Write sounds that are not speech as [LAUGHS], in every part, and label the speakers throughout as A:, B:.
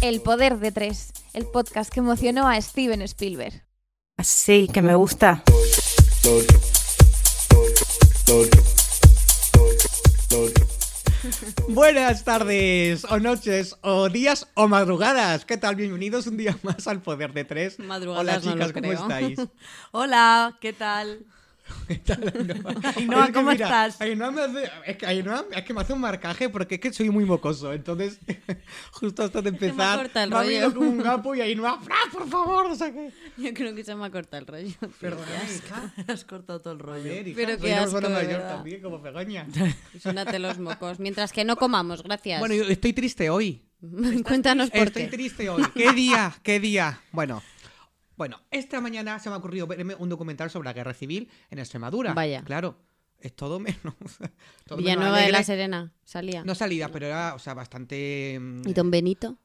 A: El poder de tres, el podcast que emocionó a Steven Spielberg.
B: Sí, que me gusta.
C: Buenas tardes, o noches, o días, o madrugadas. ¿Qué tal? Bienvenidos un día más al Poder de Tres. Hola
D: Madrugadas, no
C: chicas,
D: lo
C: ¿cómo
D: creo.
C: estáis?
D: [LAUGHS] Hola, ¿qué tal?
C: ¿Qué tal, Ainhoa?
D: Ainhoa,
C: Es que
D: ¿cómo estás?
C: Ainhoa me hace, es, que Ainhoa- es que me hace un marcaje porque es que soy muy mocoso. Entonces, [LAUGHS] justo hasta de
D: me ha
C: empezar,
D: cortado el
C: ha habido
D: rollo.
C: como
D: [LAUGHS]
C: un gapo y Ainhoa, ¡Fran, por favor! O sea que...
D: Yo creo que se me ha cortado el rollo. tío.
C: Perdona, hija.
E: Has cortado todo el rollo.
C: Joder, hija,
D: Pero
C: soy
D: qué
C: una
D: asco,
C: persona
D: de
C: mayor
D: [LAUGHS] verdad.
C: también, como Begoña.
D: Súnate los mocos. Mientras que no comamos, gracias.
C: Bueno, yo estoy triste hoy.
D: [LAUGHS] Cuéntanos por
C: Estoy
D: qué.
C: triste hoy. ¿Qué día? ¿Qué día? Bueno, bueno, esta mañana se me ha ocurrido verme un documental sobre la guerra civil en Extremadura.
D: Vaya.
C: Claro, es todo menos. [LAUGHS] todo menos
D: Villanueva de
C: alegre.
D: la Serena, salía.
C: No salida, pero era, o sea, bastante. mm,
D: ¿Y Don Benito?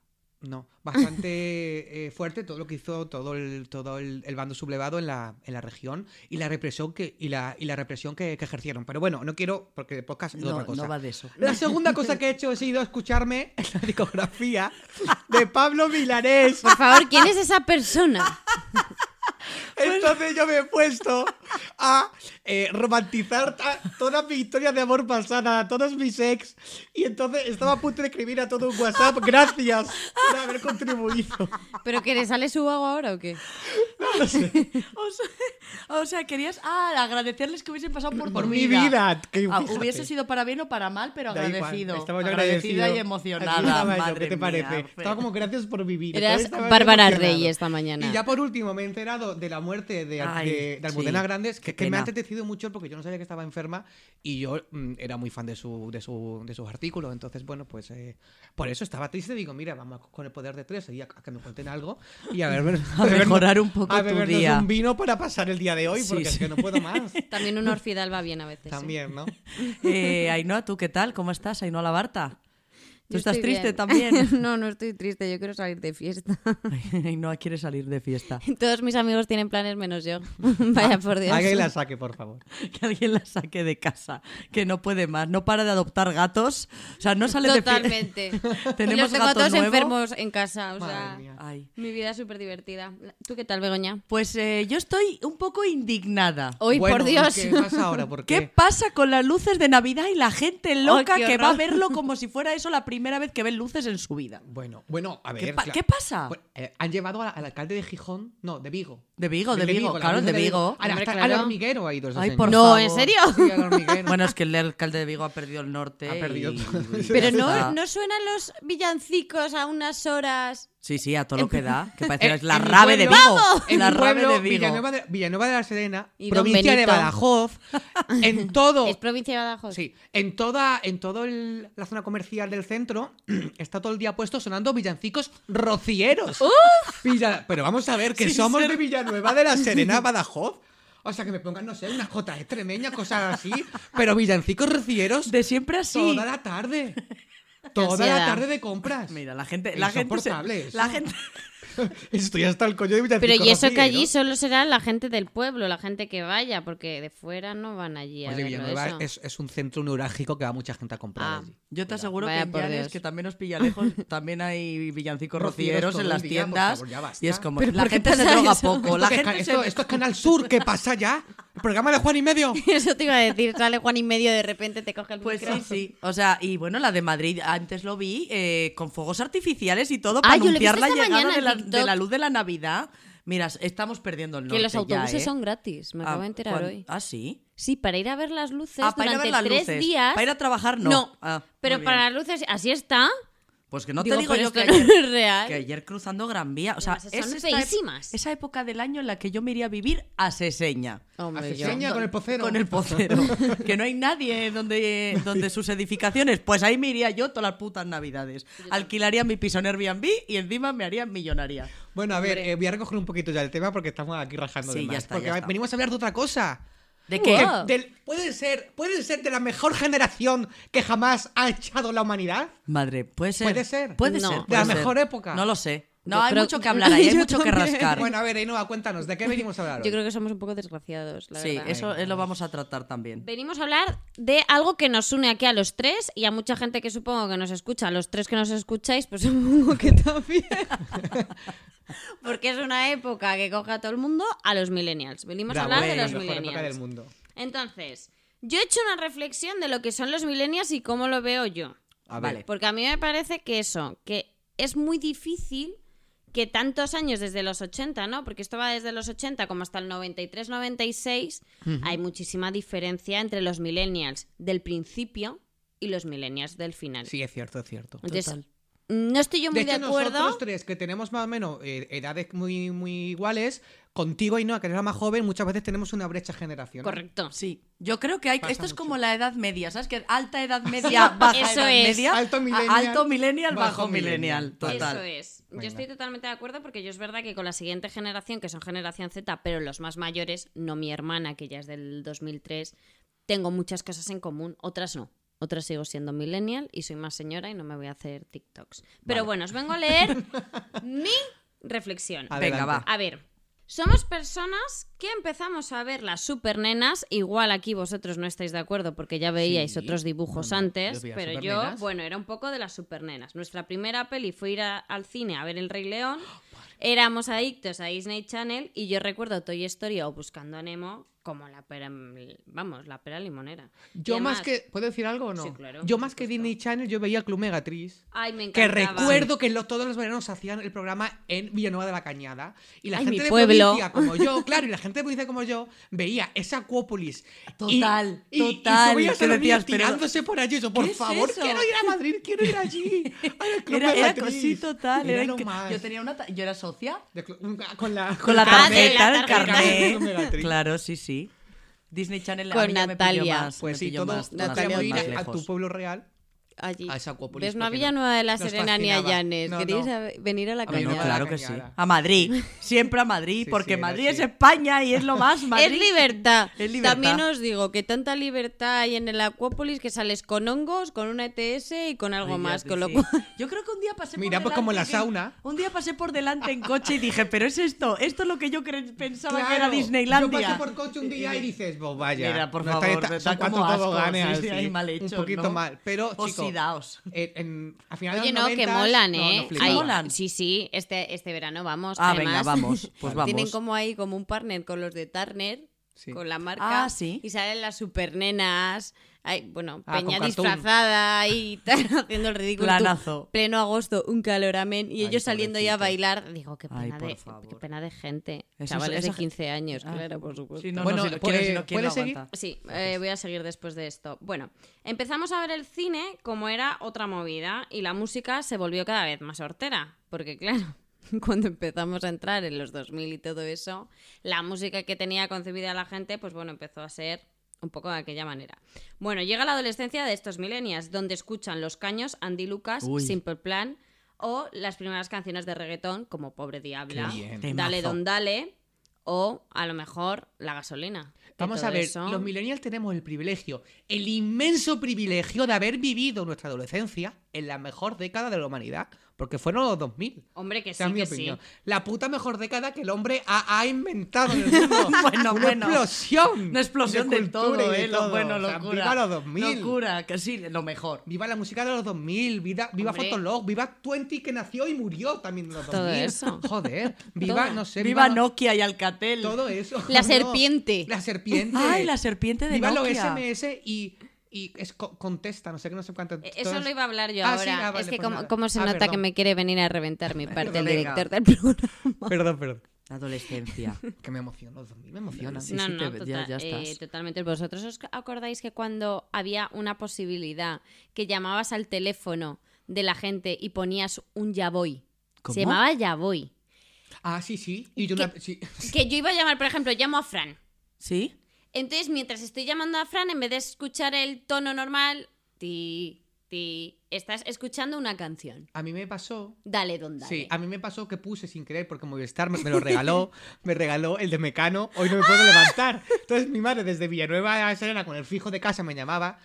C: No, bastante [LAUGHS] eh, fuerte todo lo que hizo todo el, todo el, el bando sublevado en la, en la región y la represión que, y la, y la represión que, que ejercieron. Pero bueno, no quiero, porque el podcast es
E: No,
C: otra cosa.
E: no va de eso.
C: La segunda cosa que he hecho ha sido escucharme la discografía de Pablo Milanés.
D: Por favor, ¿quién es esa persona? [LAUGHS]
C: Entonces yo me he puesto a eh, romantizar ta- todas mis historias de amor pasada, todos mis ex. Y entonces estaba a punto de escribir a todo un WhatsApp. Gracias por haber contribuido.
D: ¿Pero que le sale su vago ahora o qué?
E: O sea, [LAUGHS] o sea, querías ah, agradecerles que hubiesen pasado por,
C: Por
E: tu
C: mi vida. que
E: Ah,
C: fíjate.
E: hubiese sido para bien o para mal, pero
C: Da igual,
E: agradecido.
C: estaba yo
E: agradecida
C: agradecido.
E: y
C: Aquí
E: emocionada.
C: estaba yo,
E: madre
C: ¿Qué te
E: mía.
C: parece?
E: Fer.
C: Estaba como gracias por vivir. Entonces
D: Eras
C: estaba yo
D: Bárbara
C: emocionado.
D: Rey esta mañana.
C: Y ya por último me he enterado de la muerte de, Al-
E: Ay,
C: de- de Almudena
E: sí,
C: Grandes, que,
E: qué
C: que me ha
E: pena.
C: entretecido mucho porque yo no sabía que estaba enferma y yo mm, era muy fan de, su, de, su- de sus artículos. Entonces, bueno, pues eh, por eso estaba triste. Digo, mira, vamos con el poder de tres, sería a que me cuenten algo y a,
E: [LAUGHS]
C: beber-
E: A
C: bebernos-
E: mejorar un poco
C: a
E: tu
C: bebernos
E: día.
C: un vino para pasar el día de hoy
E: Sí,
C: porque es
E: [LAUGHS] sí.
C: que no puedo más.
D: También un Orfidal va bien a veces. ¿eh?
C: También, ¿no?
E: Eh, Ainhoa, ¿tú qué tal? ¿Cómo estás, Ainhoa Labarta? ¿Tú
D: Yo
E: estás
D: estoy
E: triste
D: bien. [LAUGHS]
E: también? [LAUGHS]
D: no, no estoy triste, yo quiero salir de fiesta. [LAUGHS]
E: Ay, Ainhoa quiere salir de fiesta. [LAUGHS]
D: Todos mis amigos tienen planes menos yo. [LAUGHS] Vaya por Dios.
C: Ah, Alguien la saque, por favor.
E: Que alguien la saque de casa, que no puede más. No para de adoptar gatos. O sea, no sale de
D: Totalmente.
E: fiesta.
D: Y
E: Tenemos
D: los tengo
E: gato
D: todos
E: nuevo.
D: enfermos en casa, o sea,
C: Madre mía.
E: [LAUGHS] Ay.
D: mi vida es súper divertida. ¿Tú qué tal, Begoña?
E: Pues eh, yo estoy un poco indignada.
D: Hoy,
C: Bueno,
D: por
C: ¿y
D: Dios.
C: ¿Qué pasa ahora? ¿Por
E: [LAUGHS] ¿Qué
C: qué?
E: pasa con las luces de Navidad y la gente loca
D: qué
E: que va a
C: [LAUGHS]
D: horror.
E: verlo como si fuera eso la primera vez que ven luces en su vida?
C: Bueno, bueno, a ver.
E: ¿Qué pa-
C: cla-
E: qué pasa?
C: Bueno, eh, han llevado a- al alcalde de Gijón, no, de Vigo.
E: De Vigo, de,
C: De
E: Vigo,
C: la
E: claro,
C: provincia
E: de Vigo.
C: Ahora,
D: Hombre,
C: hasta
D: claro.
C: al hormiguero ha ido ese
E: Ay,
C: señor.
E: por
D: [LAUGHS] No,
E: favor.
D: ¿en serio?
C: Sí, al hormiguero. [LAUGHS]
E: Bueno, es que el alcalde de Vigo ha perdido el norte.
C: Ha
E: y-
C: perdido
E: y [LAUGHS]
C: todo.
D: [LAUGHS]
E: ya
D: Pero
E: está.
D: no, no suenan los villancicos a unas horas.
E: Sí, sí, a todo lo que da. Que parece
C: Eh,
E: es la
C: en mi
E: rave de
C: pueblo-
E: Vigo.
C: en mi
E: La rave
C: pueblo,
E: de Vigo.
C: Villanueva de, Villanueva de la Serena,
D: Y Don
C: provincia de
D: Benito.
C: Badajoz, en
E: [LAUGHS]
C: todo.
D: Es provincia de Badajoz.
C: Sí, en toda en todo el- la zona comercial del centro [CLEARS THROAT] está todo el día puesto sonando villancicos rocieros. Villa- pero vamos a ver que
E: Sí,
C: somos
E: ser-
C: de Villanueva
D: [LAUGHS]
C: de la Serena, Badajoz. O sea, que me pongan, no sé, unas jotas extremeñas, cosas así, pero villancicos rocieros
E: De siempre así.
C: toda la
D: [LAUGHS]
C: tarde. Toda la
D: ansiedad.
C: tarde de
D: [LAUGHS]
C: compras.
E: Mira, la gente. La gente, se-
C: Insoportable eso.
E: la gente.
C: Estoy hasta el coño de
D: Pero
C: villancicos
D: y eso que
C: rocieros.
D: allí solo será la gente del pueblo, la gente que vaya, porque de fuera no van allí a
C: Oye,
D: verlo,
C: Villanueva
D: eso.
C: es, es un centro neurálgico que va mucha gente a comprar
D: Ah.
C: allí.
E: Yo te aseguro
D: Vaya
E: que en
D: por
E: Llanes,
D: Dios.
E: que también os pilla
C: [LAUGHS]
E: lejos, también hay villancicos
C: Rocieros
E: rocieros
C: todo
E: en
C: el
E: las
C: día, por
E: tiendas.
C: favor, ya basta.
E: y es como.
D: Pero
E: La
D: ¿por qué
E: gente se
D: pasa
E: droga
D: eso?
E: poco. La
C: Esto que es ca-
E: gente se.
C: esto, esto es Canal Sur, ¿qué pasa ya? El programa de Juan y Medio.
D: [LAUGHS] Eso te iba a decir, sale Juan y medio de repente te coge el
E: Pues
D: micro.
E: sí, sí. O sea, y bueno, la de Madrid, antes lo vi eh, con fuegos artificiales y todo
D: Ah,
E: para
D: yo lo he
E: anunciar
D: visto
E: la
D: esta
E: llegada
D: mañana
E: de
D: en
E: la, de
D: TikTok.
E: la luz de la Navidad. Mira, estamos perdiendo el norte.
D: Que los
E: ya,
D: autobuses
E: ¿eh?
D: son gratis, me
E: Ah,
D: acabo de enterar
E: cuan-
D: hoy.
E: Ah, sí.
D: Sí, para ir a ver las luces
E: Ah, para ir a
D: durante
E: ver las
D: tres
E: luces.
D: días.
E: Para ir a trabajar, no. Ah, muy
D: pero
E: bien.
D: para las luces, así está.
E: Pues que no
D: Digo,
E: te digo
D: pero
E: yo
D: es
E: que,
D: que no
E: ayer,
D: es real.
E: que ayer cruzando Gran Vía. O sea,
D: No, esas
E: es
D: son
E: esta ep-
D: feísimas.
E: esa época del año en la que yo me iría a vivir a Seseña.
D: Hombre, yo.
C: Seña con el pocero.
E: Con el pocero. que no hay nadie donde, donde sus edificaciones. Pues ahí me iría yo todas las putas navidades. Alquilaría mi piso en Airbnb y encima me haría millonaria.
C: [LAUGHS] Bueno, a ver, eh, voy a recoger un poquito ya el tema porque estamos aquí rajando
E: Sí,
C: de
E: ya
C: más.
E: está,
C: porque
E: ya está.
C: venimos a hablar de otra cosa.
E: ¿De
D: qué?
E: que
D: Wow.
C: Del- ¿pueden, ser, ¿Pueden ser de la mejor generación que jamás ha echado la humanidad?
E: Madre, puede ser.
C: Puede ser.
E: Puede
D: No.
E: ser.
D: De
E: puede
C: la
E: ser.
C: mejor época.
E: No lo sé. No,
D: Yo
E: hay
D: creo-
E: mucho que
C: [LAUGHS]
E: hablar ahí, hay
D: Yo
E: mucho que
D: también.
E: rascar.
C: Bueno, a ver, Ainhoa, cuéntanos, ¿de qué venimos a hablar?
D: Yo
C: hoy?
D: creo que somos un poco desgraciados, la
E: sí,
D: verdad.
E: eso eh, lo vamos a tratar también.
D: Venimos a hablar de algo que nos une aquí a los tres y a mucha gente que supongo que nos escucha. A los tres que nos escucháis, pues [LAUGHS] supongo que
E: [LAUGHS]
D: también. Porque es una época que coge a todo el mundo, a los millennials. Venimos a
C: Bravo,
D: hablar de
C: eh,
D: los
C: mejor época
D: millennials.
C: del mundo.
D: Entonces, yo he hecho una reflexión de lo que son los millennials y cómo lo veo yo.
C: A
E: Vale.
C: ver.
D: Porque a mí me parece que eso, que es muy difícil que tantos años desde los 80, ¿no? Porque esto va desde los 80 como hasta el 93, 96, hay muchísima diferencia entre los millennials del principio y los millennials del final.
C: Sí, es cierto, es cierto.
D: Entonces, no estoy yo
C: De
D: muy de,
C: hecho,
D: acuerdo.
C: nosotros tres, que tenemos más o menos eh, edades muy, muy iguales, contigo y no, que eres la más joven, muchas veces tenemos una brecha generacional.
D: Correcto.
E: Sí, yo creo que hay.
C: Pasa
E: esto es
C: mucho.
E: como la edad media, ¿sabes? Que alta edad media, baja
D: Eso
E: edad
D: es.
E: media.
C: Alto
E: a-
C: millennial,
E: alto millennial,
C: bajo
E: bajo millennial.
C: millennial.
E: Total.
D: Eso es. Yo
C: Venga.
D: estoy totalmente de acuerdo porque yo es verdad que con la siguiente generación, que son generación Z, pero los más mayores, no mi hermana, que ya es del 2003, tengo muchas cosas en común, otras no. Otras sigo siendo millennial y soy más señora y no me voy a hacer TikToks. Pero bueno, os vengo a leer mi reflexión.
E: Venga, va.
D: A ver, somos personas que empezamos a ver las supernenas. Igual aquí vosotros no estáis de acuerdo porque ya veíais
E: Sí.
D: otros dibujos
E: No, no, yo
D: antes,
E: veía
D: pero yo,
E: supernenas.
D: bueno, era un poco de las supernenas. Nuestra primera peli fue ir a- al cine a ver El Rey
C: [GASPS]
D: León. Éramos adictos a Disney Channel y yo recuerdo Toy Story o Buscando a Nemo como la pera, vamos, la pera limonera. Y
C: Yo más
D: además-
C: que. ¿Puedo decir algo o no?
D: Sí, claro,
C: yo
D: por
C: más que
D: supuesto.
C: Disney Channel, yo veía Club Megatriz.
D: Ay, me
C: Que
D: encantaba.
C: recuerdo que lo- todos los veranos hacían el programa en Villanueva de la Cañada. Y la
D: Ay,
C: gente
D: mi
C: de
D: pueblo.
C: provincia como
E: [LAUGHS]
C: yo, claro, y la gente de provincia como yo, veía esa acuópolis. y-
E: Total,
C: y, y
E: total,
C: subías a
E: que
C: los niños
E: decías, pero-
C: tirándose por allí. Yo, por
E: ¿Qué es
C: favor,
E: eso?
C: quiero ir a Madrid, quiero ir allí.
E: [LAUGHS]
C: Ay, el Club
E: Era, era
C: Megatriz.
E: cosito tal.
C: Era
E: Era
C: lo
E: inc-
C: más.
E: Yo tenía una. ta- Yo era socia.
C: De cl- un- con la,
E: Con la
C: el carnet.
E: tarjeta,
D: la
E: el
D: tarjeta.
C: Con la
E: carnet.
C: tarjeta.
E: [LAUGHS] Claro, sí, sí. Disney Channel a
D: Con
E: mí ya me pilló
D: Natalia.
E: más,
C: Pues
E: me
C: sí,
E: pilló
C: todos
E: más- más
C: queríamos ir
E: lejos.
C: a- a tu pueblo real.
A: Allí.
C: A esa acuópolis,
A: ¿Ves? No
C: porque
A: había
C: no-
A: nueva de la
C: nos
A: Serena ni a
C: fascinaba.
A: Llanes.
C: No,
A: ¿Queréis
C: no.
A: a- venir a la
C: A mí no,
E: No,
A: cañada?
E: claro
C: la
E: que sí.
C: cañada.
E: A Madrid. [LAUGHS] Siempre a Madrid,
C: Sí,
E: porque
C: sí, era
E: Madrid es
C: así.
E: España y es lo más Madrid.
A: Es libertad.
E: Es libertad.
A: También os digo que tanta libertad hay en el Acuópolis que sales con hongos, con una ETS y con algo
E: Ay, ya,
A: más,
E: sí,
A: con lo
E: sí.
A: cual...
E: Yo creo que un día pasé
C: Mira,
E: por
C: pues como la
E: delante que-
C: sauna.
E: Un día pasé por delante en coche y dije, pero es esto, esto es lo que yo cre- pensaba que era
C: Claro,
E: Disneylandia.
C: Yo pasé por coche un día y dices, pues vaya.
E: Mira, por
C: no
E: favor,
C: está-
E: me
C: son
E: da como
C: cuatro
E: asco,
C: toboganes
E: sí, sí,
C: así,
E: ahí mal hecho,
C: un poquito
E: ¿no?
C: mal, pero chico,
E: Oxidaos.
C: en- en-
A: [LAUGHS]
C: a finales
D: Oye,
C: de
D: no,
C: los
D: que
C: 90s,
D: molan,
C: no, no
D: ¿eh?
C: flipaba.
D: Ay,
E: Molan.
D: Sí, sí, este, este verano vamos.
E: Ah,
D: además,
E: venga, vamos.
A: [LAUGHS]
E: Pues vamos.
A: Tienen como ahí como un partner con los de Turner,
C: Sí.
A: con la marca.
E: Ah, sí.
A: Y salen las supernenas. Ay, bueno,
C: Ah, con
A: Peña
C: cartoon.
A: disfrazada y [LAUGHS] tal, haciendo el ridículo. Tú,
E: Planazo.
A: Pleno agosto, un caloramen. Y
E: Ay,
A: ellos saliendo ya a
E: pobrecito.
A: bailar. Digo, qué
E: Ay,
A: pena,
E: por
A: de,
E: favor.
A: qué pena de gente.
E: Eso-
A: Chavales
E: esa
A: de
E: ge-
A: 15 años,
E: Ah.
A: claro, por supuesto.
E: Sí, no,
C: Bueno,
E: no, si lo
C: pues,
E: quieres, si no quieres,
C: ¿puedes
E: lo
C: seguir?
E: aguanta.
D: Sí, eh, voy a seguir después de esto. Bueno, empezamos a ver el cine como era otra movida y la música se volvió cada vez más hortera, porque claro, [LAUGHS] cuando empezamos a entrar en los 2000 y todo eso, la música que tenía concebida la gente, pues bueno, empezó a ser un poco de aquella manera. Bueno, llega la adolescencia de estos millennials, donde escuchan Los Caños, Andy Lucas,
E: Uy.
D: Simple Plan o las primeras canciones de reggaetón como Pobre Diabla,
C: Qué bien.
D: Dale
E: Temazo.
D: Don Dale o a lo mejor La Gasolina. que
C: Vamos a
D: todo
C: ver,
D: eso-
C: los millennials tenemos el privilegio, el inmenso privilegio de haber vivido nuestra adolescencia en la mejor década de la humanidad, porque fueron los 2000.
D: Hombre, que
C: Esa
D: sí,
C: es mi
D: que
C: opinión.
D: sí.
C: La puta mejor década que el hombre ha, ha inventado en el mundo.
E: [LAUGHS]
C: Una
E: Bueno, bueno.
C: explosión.
E: Una explosión de,
C: cultura
E: todo,
C: y de
E: eh, lo-
C: todo.
E: bueno,
C: O sea,
E: locura.
C: viva los 2000.
E: Locura, que sí, lo mejor.
C: Viva la música de los 2000, vida, viva
D: Hombre.
C: Fotolog, viva Twenty que nació y murió también en los 2000.
D: Todo eso.
C: [LAUGHS] Joder, viva,
D: Todo.
C: no sé,
E: Viva
C: no-
E: Nokia y Alcatel.
C: Todo eso.
A: La
C: [LAUGHS] no.
A: serpiente.
C: La serpiente.
E: Ay, la serpiente de
C: Viva los
E: Nokia.
C: SMS y, y es, co- contesta, no sé qué, no sé cuánto.
D: Eh, Eso
C: Todas-
D: lo iba a hablar yo
C: Ah,
D: ahora.
C: sí, ah, vale,
D: es que
C: pues
D: como,
C: nada.
D: como se
C: Ah,
D: nota
C: perdón.
D: que me quiere venir a reventar
C: [LAUGHS]
D: mi parte el
E: Venga.
D: director del programa.
C: Perdón, perdón.
E: Adolescencia.
C: Que me emocionó, los 2000 me emociona.
E: Sí,
D: no,
E: sí,
D: no,
E: te-
D: total-
E: ya- ya
D: eh,
E: estás.
D: totalmente. ¿Vosotros os acordáis que cuando había una posibilidad que llamabas al teléfono de la gente y ponías un yaboy?
E: ¿Cómo?
D: Se
C: [LAUGHS]
D: llamaba yaboy.
C: Ah, sí, sí. Y yo una- sí.
D: Que yo iba a llamar, por ejemplo, llamo a Fran.
E: [LAUGHS] ¿Sí?
D: Entonces, mientras estoy llamando a Fran, en vez de escuchar el tono normal, ti, ti, estás escuchando una canción.
C: A mí me pasó
D: Dale, don, dale.
C: Sí, ah, a mí me pasó que puse sin querer porque Movistar me, me lo
E: [LAUGHS]
C: regaló, me regaló el de Mecano, hoy no me puedo levantar. Entonces mi madre desde Villanueva a Serena con el fijo de casa me llamaba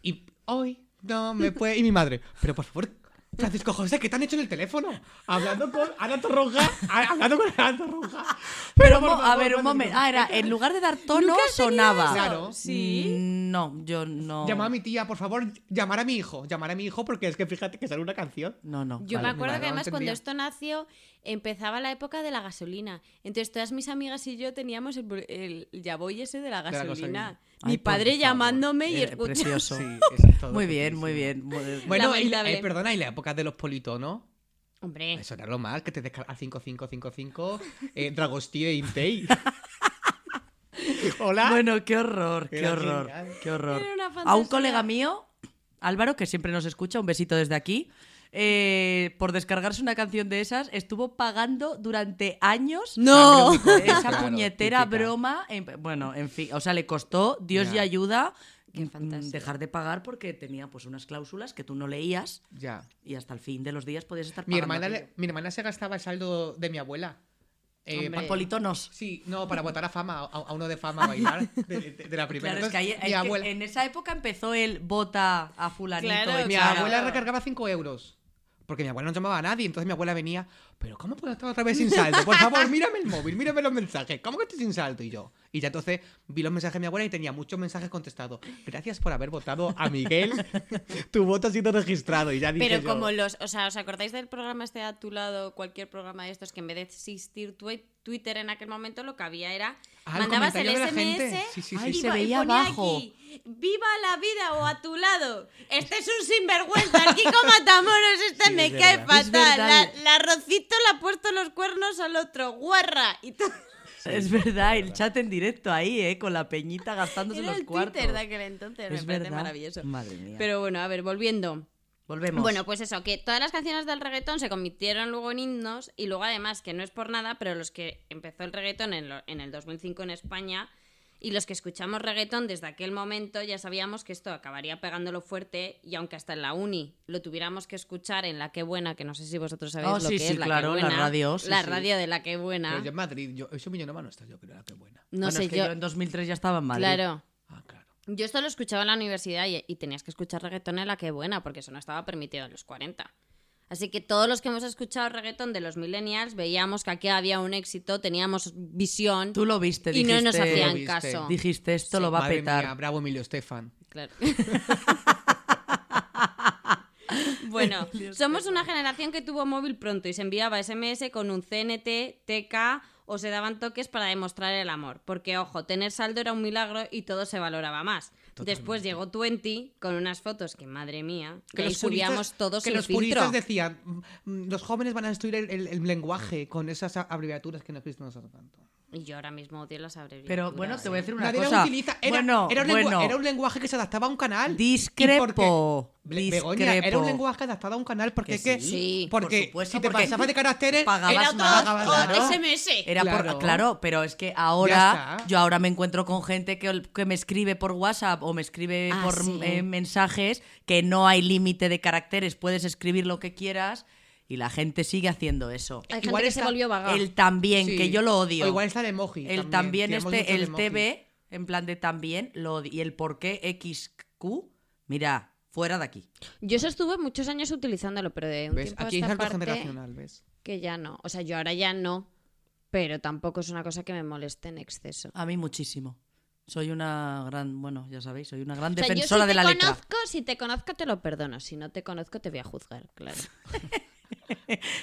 C: y hoy no me puede... Y mi madre, pero por favor, Francisco José, ¿qué te han hecho en el teléfono? Hablando con Ana Torroja. a- Hablando con Ana Torroja.
E: Pero,
C: por
E: mo- a
C: favor,
E: ver,
C: Francisco,
E: un momento. Ah, era, en lugar de dar tono, sonaba.
C: Claro.
E: Sí. No, yo no.
C: Llamar a mi tía, por favor, llamar a mi hijo. Llamar a mi hijo porque es que fíjate que sale una canción.
E: No, no.
D: Yo
C: Vale,
D: me acuerdo
C: vale, no
D: que además cuando
C: entendía.
D: esto nació empezaba la época de la gasolina. Entonces todas mis amigas y yo teníamos el, pro- el ya voy ese de la gasolina.
C: gasolina.
E: Ay,
D: Mi
E: por
D: padre
E: favor.
D: llamándome y
C: Eh,
E: Era
D: escuchando. [LAUGHS]
E: precioso.
C: es todo
E: Muy bien, muy bien. muy bien.
C: Bueno, y, la-
D: Lamentable.
C: eh, perdona, y la época de los politonos.
D: Hombre,
C: Eso era lo mal, que te descargas 5555
E: [LAUGHS]
C: eh, Dragostí de Intei. Hola.
E: Bueno, qué horror, qué
C: Era
E: horror,
C: genial.
E: qué horror.
D: Era una
E: A un
D: fantasía.
E: colega mío, Álvaro, que siempre nos escucha, un besito desde aquí, eh, por descargarse una canción de esas, estuvo pagando durante años
C: Ah,
A: No.
E: esa
C: Claro,
E: puñetera
C: típica.
E: broma. en- bueno, en fin, o sea, le costó Dios
C: Ya.
E: y ayuda
D: Qué
E: mm,
D: fantasía.
E: dejar de pagar porque tenía pues unas cláusulas que tú no leías
C: Ya.
E: y hasta el fin de los días podías estar
C: Mi
E: pagando.
C: hermana,
E: aquello.
C: le- mi hermana se gastaba el saldo de mi abuela. Eh,
D: Hombre.
E: Pa- Politonos.
C: Sí, no, para votar a fama, a, a uno de fama a bailar, de, de- de la primera.
E: Claro, es que, ahí-
C: Entonces,
E: es
C: mi
E: que
C: abuela,
E: en esa época empezó el bota a fulanito.
D: [LAUGHS] Claro,
E: y
C: mi
E: tal.
C: abuela recargaba 5 euros. Porque mi abuela no llamaba a nadie, entonces mi abuela venía, pero ¿cómo puedo estar otra vez sin saldo? Por favor, mírame el móvil, mírame los mensajes. ¿Cómo que estoy sin saldo? Y yo. Y ya entonces vi los mensajes de mi abuela y tenía muchos mensajes contestados. Gracias por haber votado a Miguel.
D: [LAUGHS]
C: tu voto ha sido registrado. Y ya dije
D: pero
C: yo,
D: como los, o sea, ¿os acordáis del programa este a tu lado, cualquier programa de estos que en vez de existir twi- Twitter en aquel momento lo que había era
C: Ah, el
D: mandabas el
C: comentario de la
D: SMS
C: gente. Sí, sí,
E: sí,
D: y
E: sí.
D: po-
E: Se
D: y
E: veía
D: ponía
E: abajo.
D: aquí, viva la vida o a tu lado este es un sinvergüenza el Kiko Matamoros este
C: Sí,
D: me
C: es
D: cae
C: verdad.
E: Es
D: fatal la,
E: verdad.
D: la Rocito le ha puesto los cuernos al otro guarra y todo
E: es verdad, el chat en directo ahí, ¿eh? Con la peñita gastándose
D: era
E: los
D: el
E: cuartos.
D: Twitter de aquel entonces me
E: es
D: parece
E: verdad. Mm.
D: maravilloso
E: Madre mía.
D: pero bueno a ver volviendo
E: Volvemos.
D: Bueno, pues eso, que todas las canciones del reggaetón se convirtieron luego en himnos y luego además, que no es por nada, pero los que empezó el reggaetón en, lo- en el 2005 en España y los que escuchamos reggaetón desde aquel momento ya sabíamos que esto acabaría pegándolo fuerte y aunque hasta en la uni lo tuviéramos que escuchar en La Que Buena, que no sé si vosotros sabéis
E: Oh,
D: lo
E: sí,
D: que
E: sí,
D: es La
E: claro,
D: Que
E: la
D: Buena,
E: radio, sí,
D: la
E: sí.
D: radio de La Que Buena,
C: Pero yo en Madrid, yo, eso millonoma no está, yo creo que buena.
D: no
E: Bueno,
D: sé
E: es que
D: yo,
E: en 2003 ya estaba en Madrid.
D: claro.
C: Ah, claro.
D: Yo esto lo escuchaba en la universidad y, y tenías que escuchar reggaetón en la que buena, porque eso no estaba permitido en los 40. Así que todos los que hemos escuchado reggaetón de los millennials veíamos que aquí había un éxito, teníamos visión
E: Tú lo viste,
D: y
E: dijiste.
D: no nos
C: Lo
D: hacían
C: viste.
D: caso.
E: Dijiste, esto lo va a
C: Madre
E: petar.
C: mía, bravo Emilio Estefan.
E: [LAUGHS]
D: Claro. bueno, somos una generación que tuvo móvil pronto y se enviaba SMS con un CNT, TK o se daban toques para demostrar el amor. Porque, ojo, tener saldo era un milagro y todo se valoraba más. Después llegó Twenty con unas fotos que, madre mía, que ahí subíamos
C: puristas-
D: todos
C: que
D: sin
C: los
D: filtro.
C: puristas decían "Mm, mm, los jóvenes van a destruir el, el- el lenguaje con esas a- abreviaturas que no existen nosotros tanto
D: Y yo ahora mismo odio las abreviaturas.
E: Pero bueno, te voy a decir una
C: nadie las
E: cosa.
C: utiliza era,
E: bueno,
C: era un lengua-
E: bueno.
C: era un lenguaje que se adaptaba a un canal
E: Discrepo,
C: Y porque- Be- Begoña, era
E: discrepo.
C: un lenguaje adaptado a un canal porque
E: Que
C: que-
E: sí,
D: Sí.
E: por
C: porque
E: supuesto,
C: si te
E: porque
C: pasabas de caracteres
E: pagabas
C: era
E: más,
C: pagabas
E: claro. Eh,
C: más.
D: SMS.
E: Era por- claro.
C: Claro.
E: pero es que
C: Ya
E: ahora
C: está.
E: yo ahora me encuentro con gente que, ol- que me escribe por WhatsApp o me escribe
D: Ah,
E: por
D: sí.
E: eh, mensajes que no hay límite de caracteres, puedes escribir lo que quieras y la gente sigue haciendo eso.
D: Hay gente
C: Igual
D: que se
C: está-
D: volvió vaga.
E: El también,
C: Sí.
E: que yo lo odio.
C: O igual está el emoji también,
E: el también,
C: tiramos mucho
E: este,
C: de
E: el
C: emoji.
E: TV, en plan de también, lo odio. Y el por qué XQ, mira, fuera de aquí.
D: Yo eso estuve muchos años utilizándolo, pero de un
C: ¿Ves?
D: tiempo
C: aquí
D: a
C: es
D: esta
C: algo
D: parte-
C: generacional ves
D: Que ya no. O sea, yo ahora ya no. Pero tampoco es una cosa que me moleste en exceso.
C: Ah,
E: A mí muchísimo. Soy una gran, bueno, ya sabéis, soy una gran
D: O sea, yo
E: defensora
D: si
E: de
D: te
E: la
D: conozco,
E: letra.
D: Si te conozco, te lo perdono. Si no te conozco, te voy a juzgar, claro.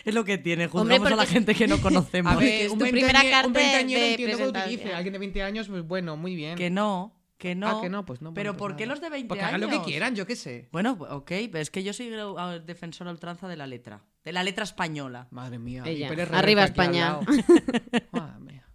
E: Es lo que tiene,
D: Hombre,
E: juzgamos a la
D: porque-
E: gente que no conocemos.
C: a
D: Porque
C: ver
D: es
C: un
D: tu primera
C: veinteañe- un
D: carta
C: veinteañero
D: de
C: entiendo que lo
D: presentación.
C: utilice alguien de 20 años pues bueno muy bien
E: Que no, que no.
C: Ah, que no, pues no.
E: Pero
C: bueno, pues
E: ¿por qué
C: nada.
E: los de 20
C: Porque
E: años?
C: hagan lo que quieran, yo qué sé.
E: Bueno, ok, pero es que yo soy eh, defensora ultranza de la letra. De la letra española.
C: Madre mía.
D: Ella.
C: y Pérez Reverte
D: Arriba
C: aquí al
D: España.
C: lado.
D: [LAUGHS]
C: Madre mía.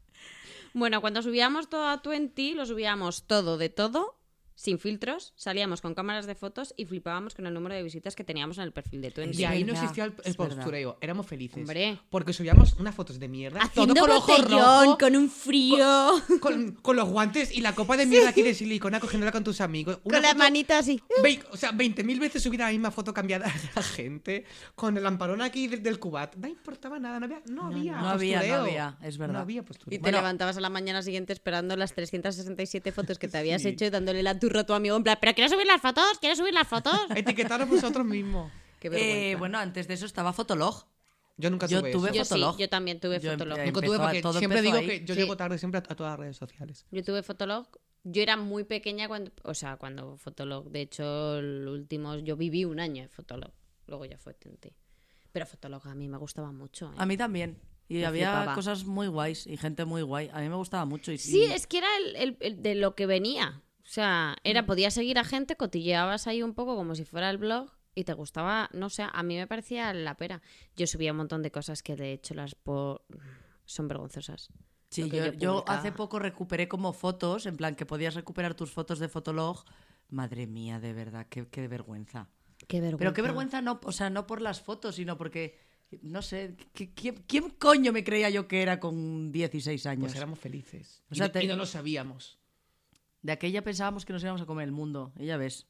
D: Bueno, cuando subíamos todo a 20, lo subíamos todo de todo, sin filtros, salíamos con cámaras de fotos y flipábamos con el número de visitas que teníamos en el perfil de
E: Es
C: Y
D: 20.
E: Ya.
C: ahí no
E: verdad,
C: existía el, el
E: es verdad.
C: postureo. Éramos felices.
D: Hombre.
C: Porque subíamos unas fotos de mierda.
D: Haciendo
C: todo con ojo
D: botellón,
C: rojo,
D: con un frío,
C: con, con los guantes y la copa de mierda aquí de silicona cogiéndola con tus amigos. Una
D: con la
C: foto-
D: manita así.
C: vei- o sea, 20.000 veces subida la misma foto cambiada de la gente. Con el lamparón aquí del, del cubat. No importaba nada. No había, no había
E: no había, no
C: postureo.
E: había, es verdad.
C: No había
D: Y
C: postureo.
D: te levantabas a la mañana siguiente esperando las 367 fotos que te
C: [LAUGHS]
D: habías
E: [LAUGHS]
D: hecho y dándole la turra a tu amigo en plan, pero quiero subir las fotos, [LAUGHS] quiero subir las fotos.
C: Etiquetaros vosotros mismos.
A: Qué vergüenza.
E: Eh, bueno, antes de eso estaba Fotolog.
C: Yo nunca
E: Yo
C: tuve,
E: tuve
C: eso.
A: yo sí,
E: Fotolog.
A: yo también tuve
E: Yo
A: Fotolog.
E: empecé-
C: Nunca tuve
E: empezó a-
C: porque
E: todo
C: siempre
E: empezó
C: digo
E: ahí.
C: que yo
A: Sí.
C: llego tarde siempre a, a todas las redes sociales.
D: Yo tuve Fotolog. Yo era muy pequeña cuando, o sea, cuando Fotolog, de hecho, el último, yo viví un año en Fotolog, luego ya fue TNT. Pero Fotolog a mí me gustaba mucho. ¿eh?
E: A mí también. Y
D: Me
E: había
D: flipaba.
E: cosas muy guays y gente muy guay. A mí me gustaba mucho. Y,
D: Sí,
E: y-
D: es que era el, el- el de lo que venía. O sea,
E: Mm.
D: era, podías seguir a gente, cotilleabas ahí un poco como si fuera el blog y te gustaba, no sé, a mí me parecía la pera. Yo subía un montón de cosas que de hecho las po- son vergonzosas.
E: Sí,
D: lo que
E: yo,
D: yo
E: yo
D: publicaba.
E: hace poco recuperé como fotos, en plan que podías recuperar tus fotos de Fotolog. Madre mía, de verdad, qué, qué vergüenza.
D: Qué vergüenza.
E: Pero qué vergüenza, no, o sea, no por las fotos, sino porque, no sé, ¿qui- ¿quién, quién coño me creía yo que era con 16 años?
C: Pues éramos felices.
E: O
C: Y
E: sea,
C: no-
E: te-
C: y no lo sabíamos.
E: De aquella pensábamos que nos íbamos a comer el mundo, y ya ves.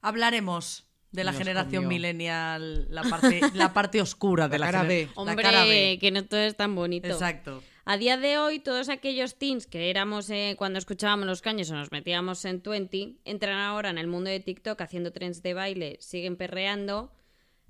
E: Hablaremos de la
C: Nos
E: generación
C: comió.
E: millennial, la parte, la parte oscura de
C: La
E: la
C: cara
E: gener-
C: B.
E: la
D: Hombre,
E: cara B.
D: que no todo es tan bonito.
E: Exacto.
D: A día de hoy, todos aquellos teens que éramos eh, cuando escuchábamos los caños o nos metíamos en 20, entran ahora en el mundo de TikTok haciendo trends de baile, siguen perreando,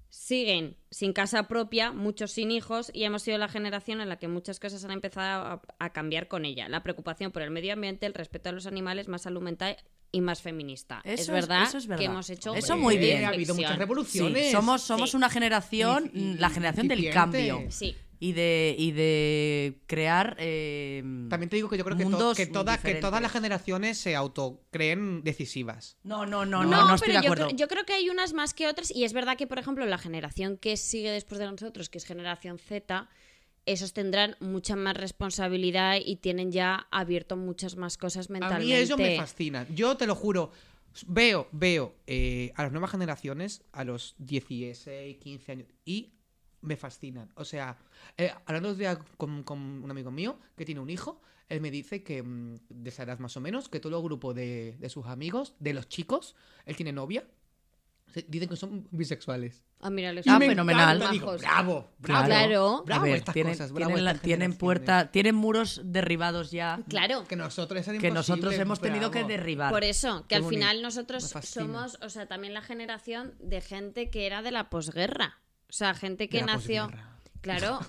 D: siguen sin casa propia, muchos sin hijos, y hemos sido la generación en la que muchas cosas han empezado a, a cambiar con ella. La preocupación por el medio ambiente, el respeto a los animales, más salud mental y más feminista.
E: Eso
D: es,
E: es-
D: verdad
E: eso es verdad.
D: que hemos hecho
E: Eso muy
C: Eh,
E: bien.
C: Ha habido muchas
D: reflexión.
C: revoluciones.
E: Sí, somos somos
D: Sí.
E: una generación,
C: Y- y-
E: la generación del
C: incipiente.
E: cambio.
D: Sí.
E: Y de, y de crear. eh,
C: También te digo que yo creo que, to-
E: mundos
C: que,
E: muy
C: toda- que todas
E: diferentes.
C: las generaciones se autocreen decisivas.
E: No, no, no, no,
D: No,
E: no, estoy
D: pero
E: de
D: yo,
E: acuerdo.
D: creo, yo creo que hay unas más que otras y es verdad que, por ejemplo, la generación que sigue después de nosotros, que es generación Z, esos tendrán mucha más responsabilidad y tienen ya abierto muchas más cosas
C: A
D: mentalmente.
C: mí ellos me fascinan. Yo te lo juro. Veo, veo eh, a las nuevas generaciones, a los 16, 15 años, y me fascinan. O sea, eh, hablando otro día con, con un amigo mío que tiene un hijo, él me dice que, mm, de esa edad más o menos, que todo el grupo de, de sus amigos, de los chicos, él tiene novia, se- dicen que son bisexuales.
D: Ah, mira, Alex,
E: Ah,
D: me
E: fenomenal.
C: encanta,
D: encantan,
C: digo,
D: majos.
C: bravo, bravo.
D: Claro.
C: bravo
E: A ver,
C: estas
E: tienen,
C: cosas, bravo eh.
E: tienen, la-
C: estas
E: tienen
C: generaciones.
E: puerta, tienen muros derribados ya
D: Claro.
C: Que nosotros, es
E: que nosotros
C: imposible,
E: hemos tenido que
C: bravo.
E: derribar.
C: e-
D: Por eso, que
C: Qué
D: al
C: bonito.
D: final nosotros
C: Me fascina.
D: somos, o sea, también la generación de gente que era de la posguerra. O sea, gente
C: De
D: que
C: la
D: nació.
C: posguerra. [LAUGHS]
D: Claro.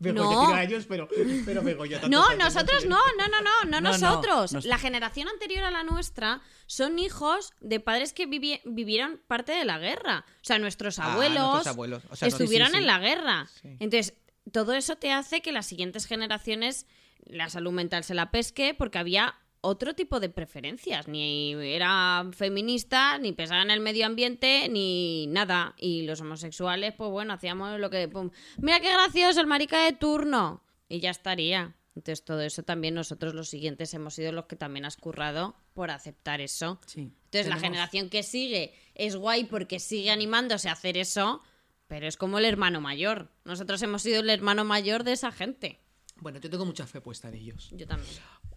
C: Begoña
D: No.
C: tira a ellos, pero, pero Begoña tantos
D: No,
C: años,
D: nosotros
C: sé.
D: no, no, no, no, no,
E: No, no,
D: nosotros.
E: nos-
D: La generación anterior a la nuestra son hijos de padres que vivi- vivieron parte de la guerra. O sea, nuestros
C: Ah,
D: abuelos,
C: nuestros abuelos. O sea, no-
D: estuvieron
C: sí, sí, sí.
D: en la guerra.
C: Sí.
D: Entonces, todo eso te hace que las siguientes generaciones la salud mental se la pesque porque había otro tipo de preferencias. Ni era feminista, ni pensaba en el medio ambiente, ni nada. Y los homosexuales, pues bueno, hacíamos lo que... pum, Mira qué gracioso el marica de turno. Y ya estaría. Entonces todo eso también nosotros los siguientes hemos sido los que también has currado por aceptar eso.
E: Sí,
D: Entonces la
E: tenemos-
D: generación que sigue es guay porque sigue animándose a hacer eso, pero es como el hermano mayor. Nosotros hemos sido el hermano mayor de esa gente.
C: Bueno, yo tengo mucha fe puesta en ellos.
D: Yo también.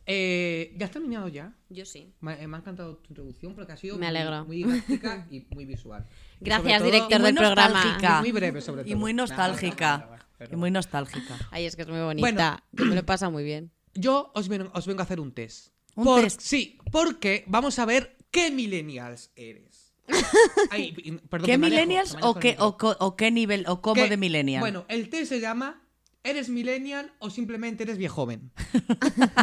C: Eh, ¿Ya has terminado ya?
D: Yo sí.
C: Me, eh, me ha encantado tu introducción porque ha sido muy-
D: Me alegro.
C: muy didáctica y muy visual. Y sobre
D: Gracias,
C: todo-
D: director
E: y muy
D: del
E: nostálgica.
D: programa.
C: y muy breve, sobre todo.
E: Y muy
C: Nada,
E: nostálgica.
C: nada, nada, pero-
E: Y muy nostálgica.
D: Ay, es que es muy bonita. Yo me lo pasa muy bien.
C: Yo os vengo, os vengo a hacer un test.
E: ¿Un
C: Por-
E: test?
C: Sí, porque vamos a ver qué millennials
E: [LAUGHS]
C: eres. Ay, y- perdón,
E: ¿Qué
C: que me alejo,
E: millennials
C: que me alejo
E: o qué,
C: del micro.
E: o, co- o qué nivel o cómo
C: ¿Qué-
E: de millennial?
C: Bueno, el test se llama ¿Eres millennial o simplemente eres viejoven?
E: [LAUGHS]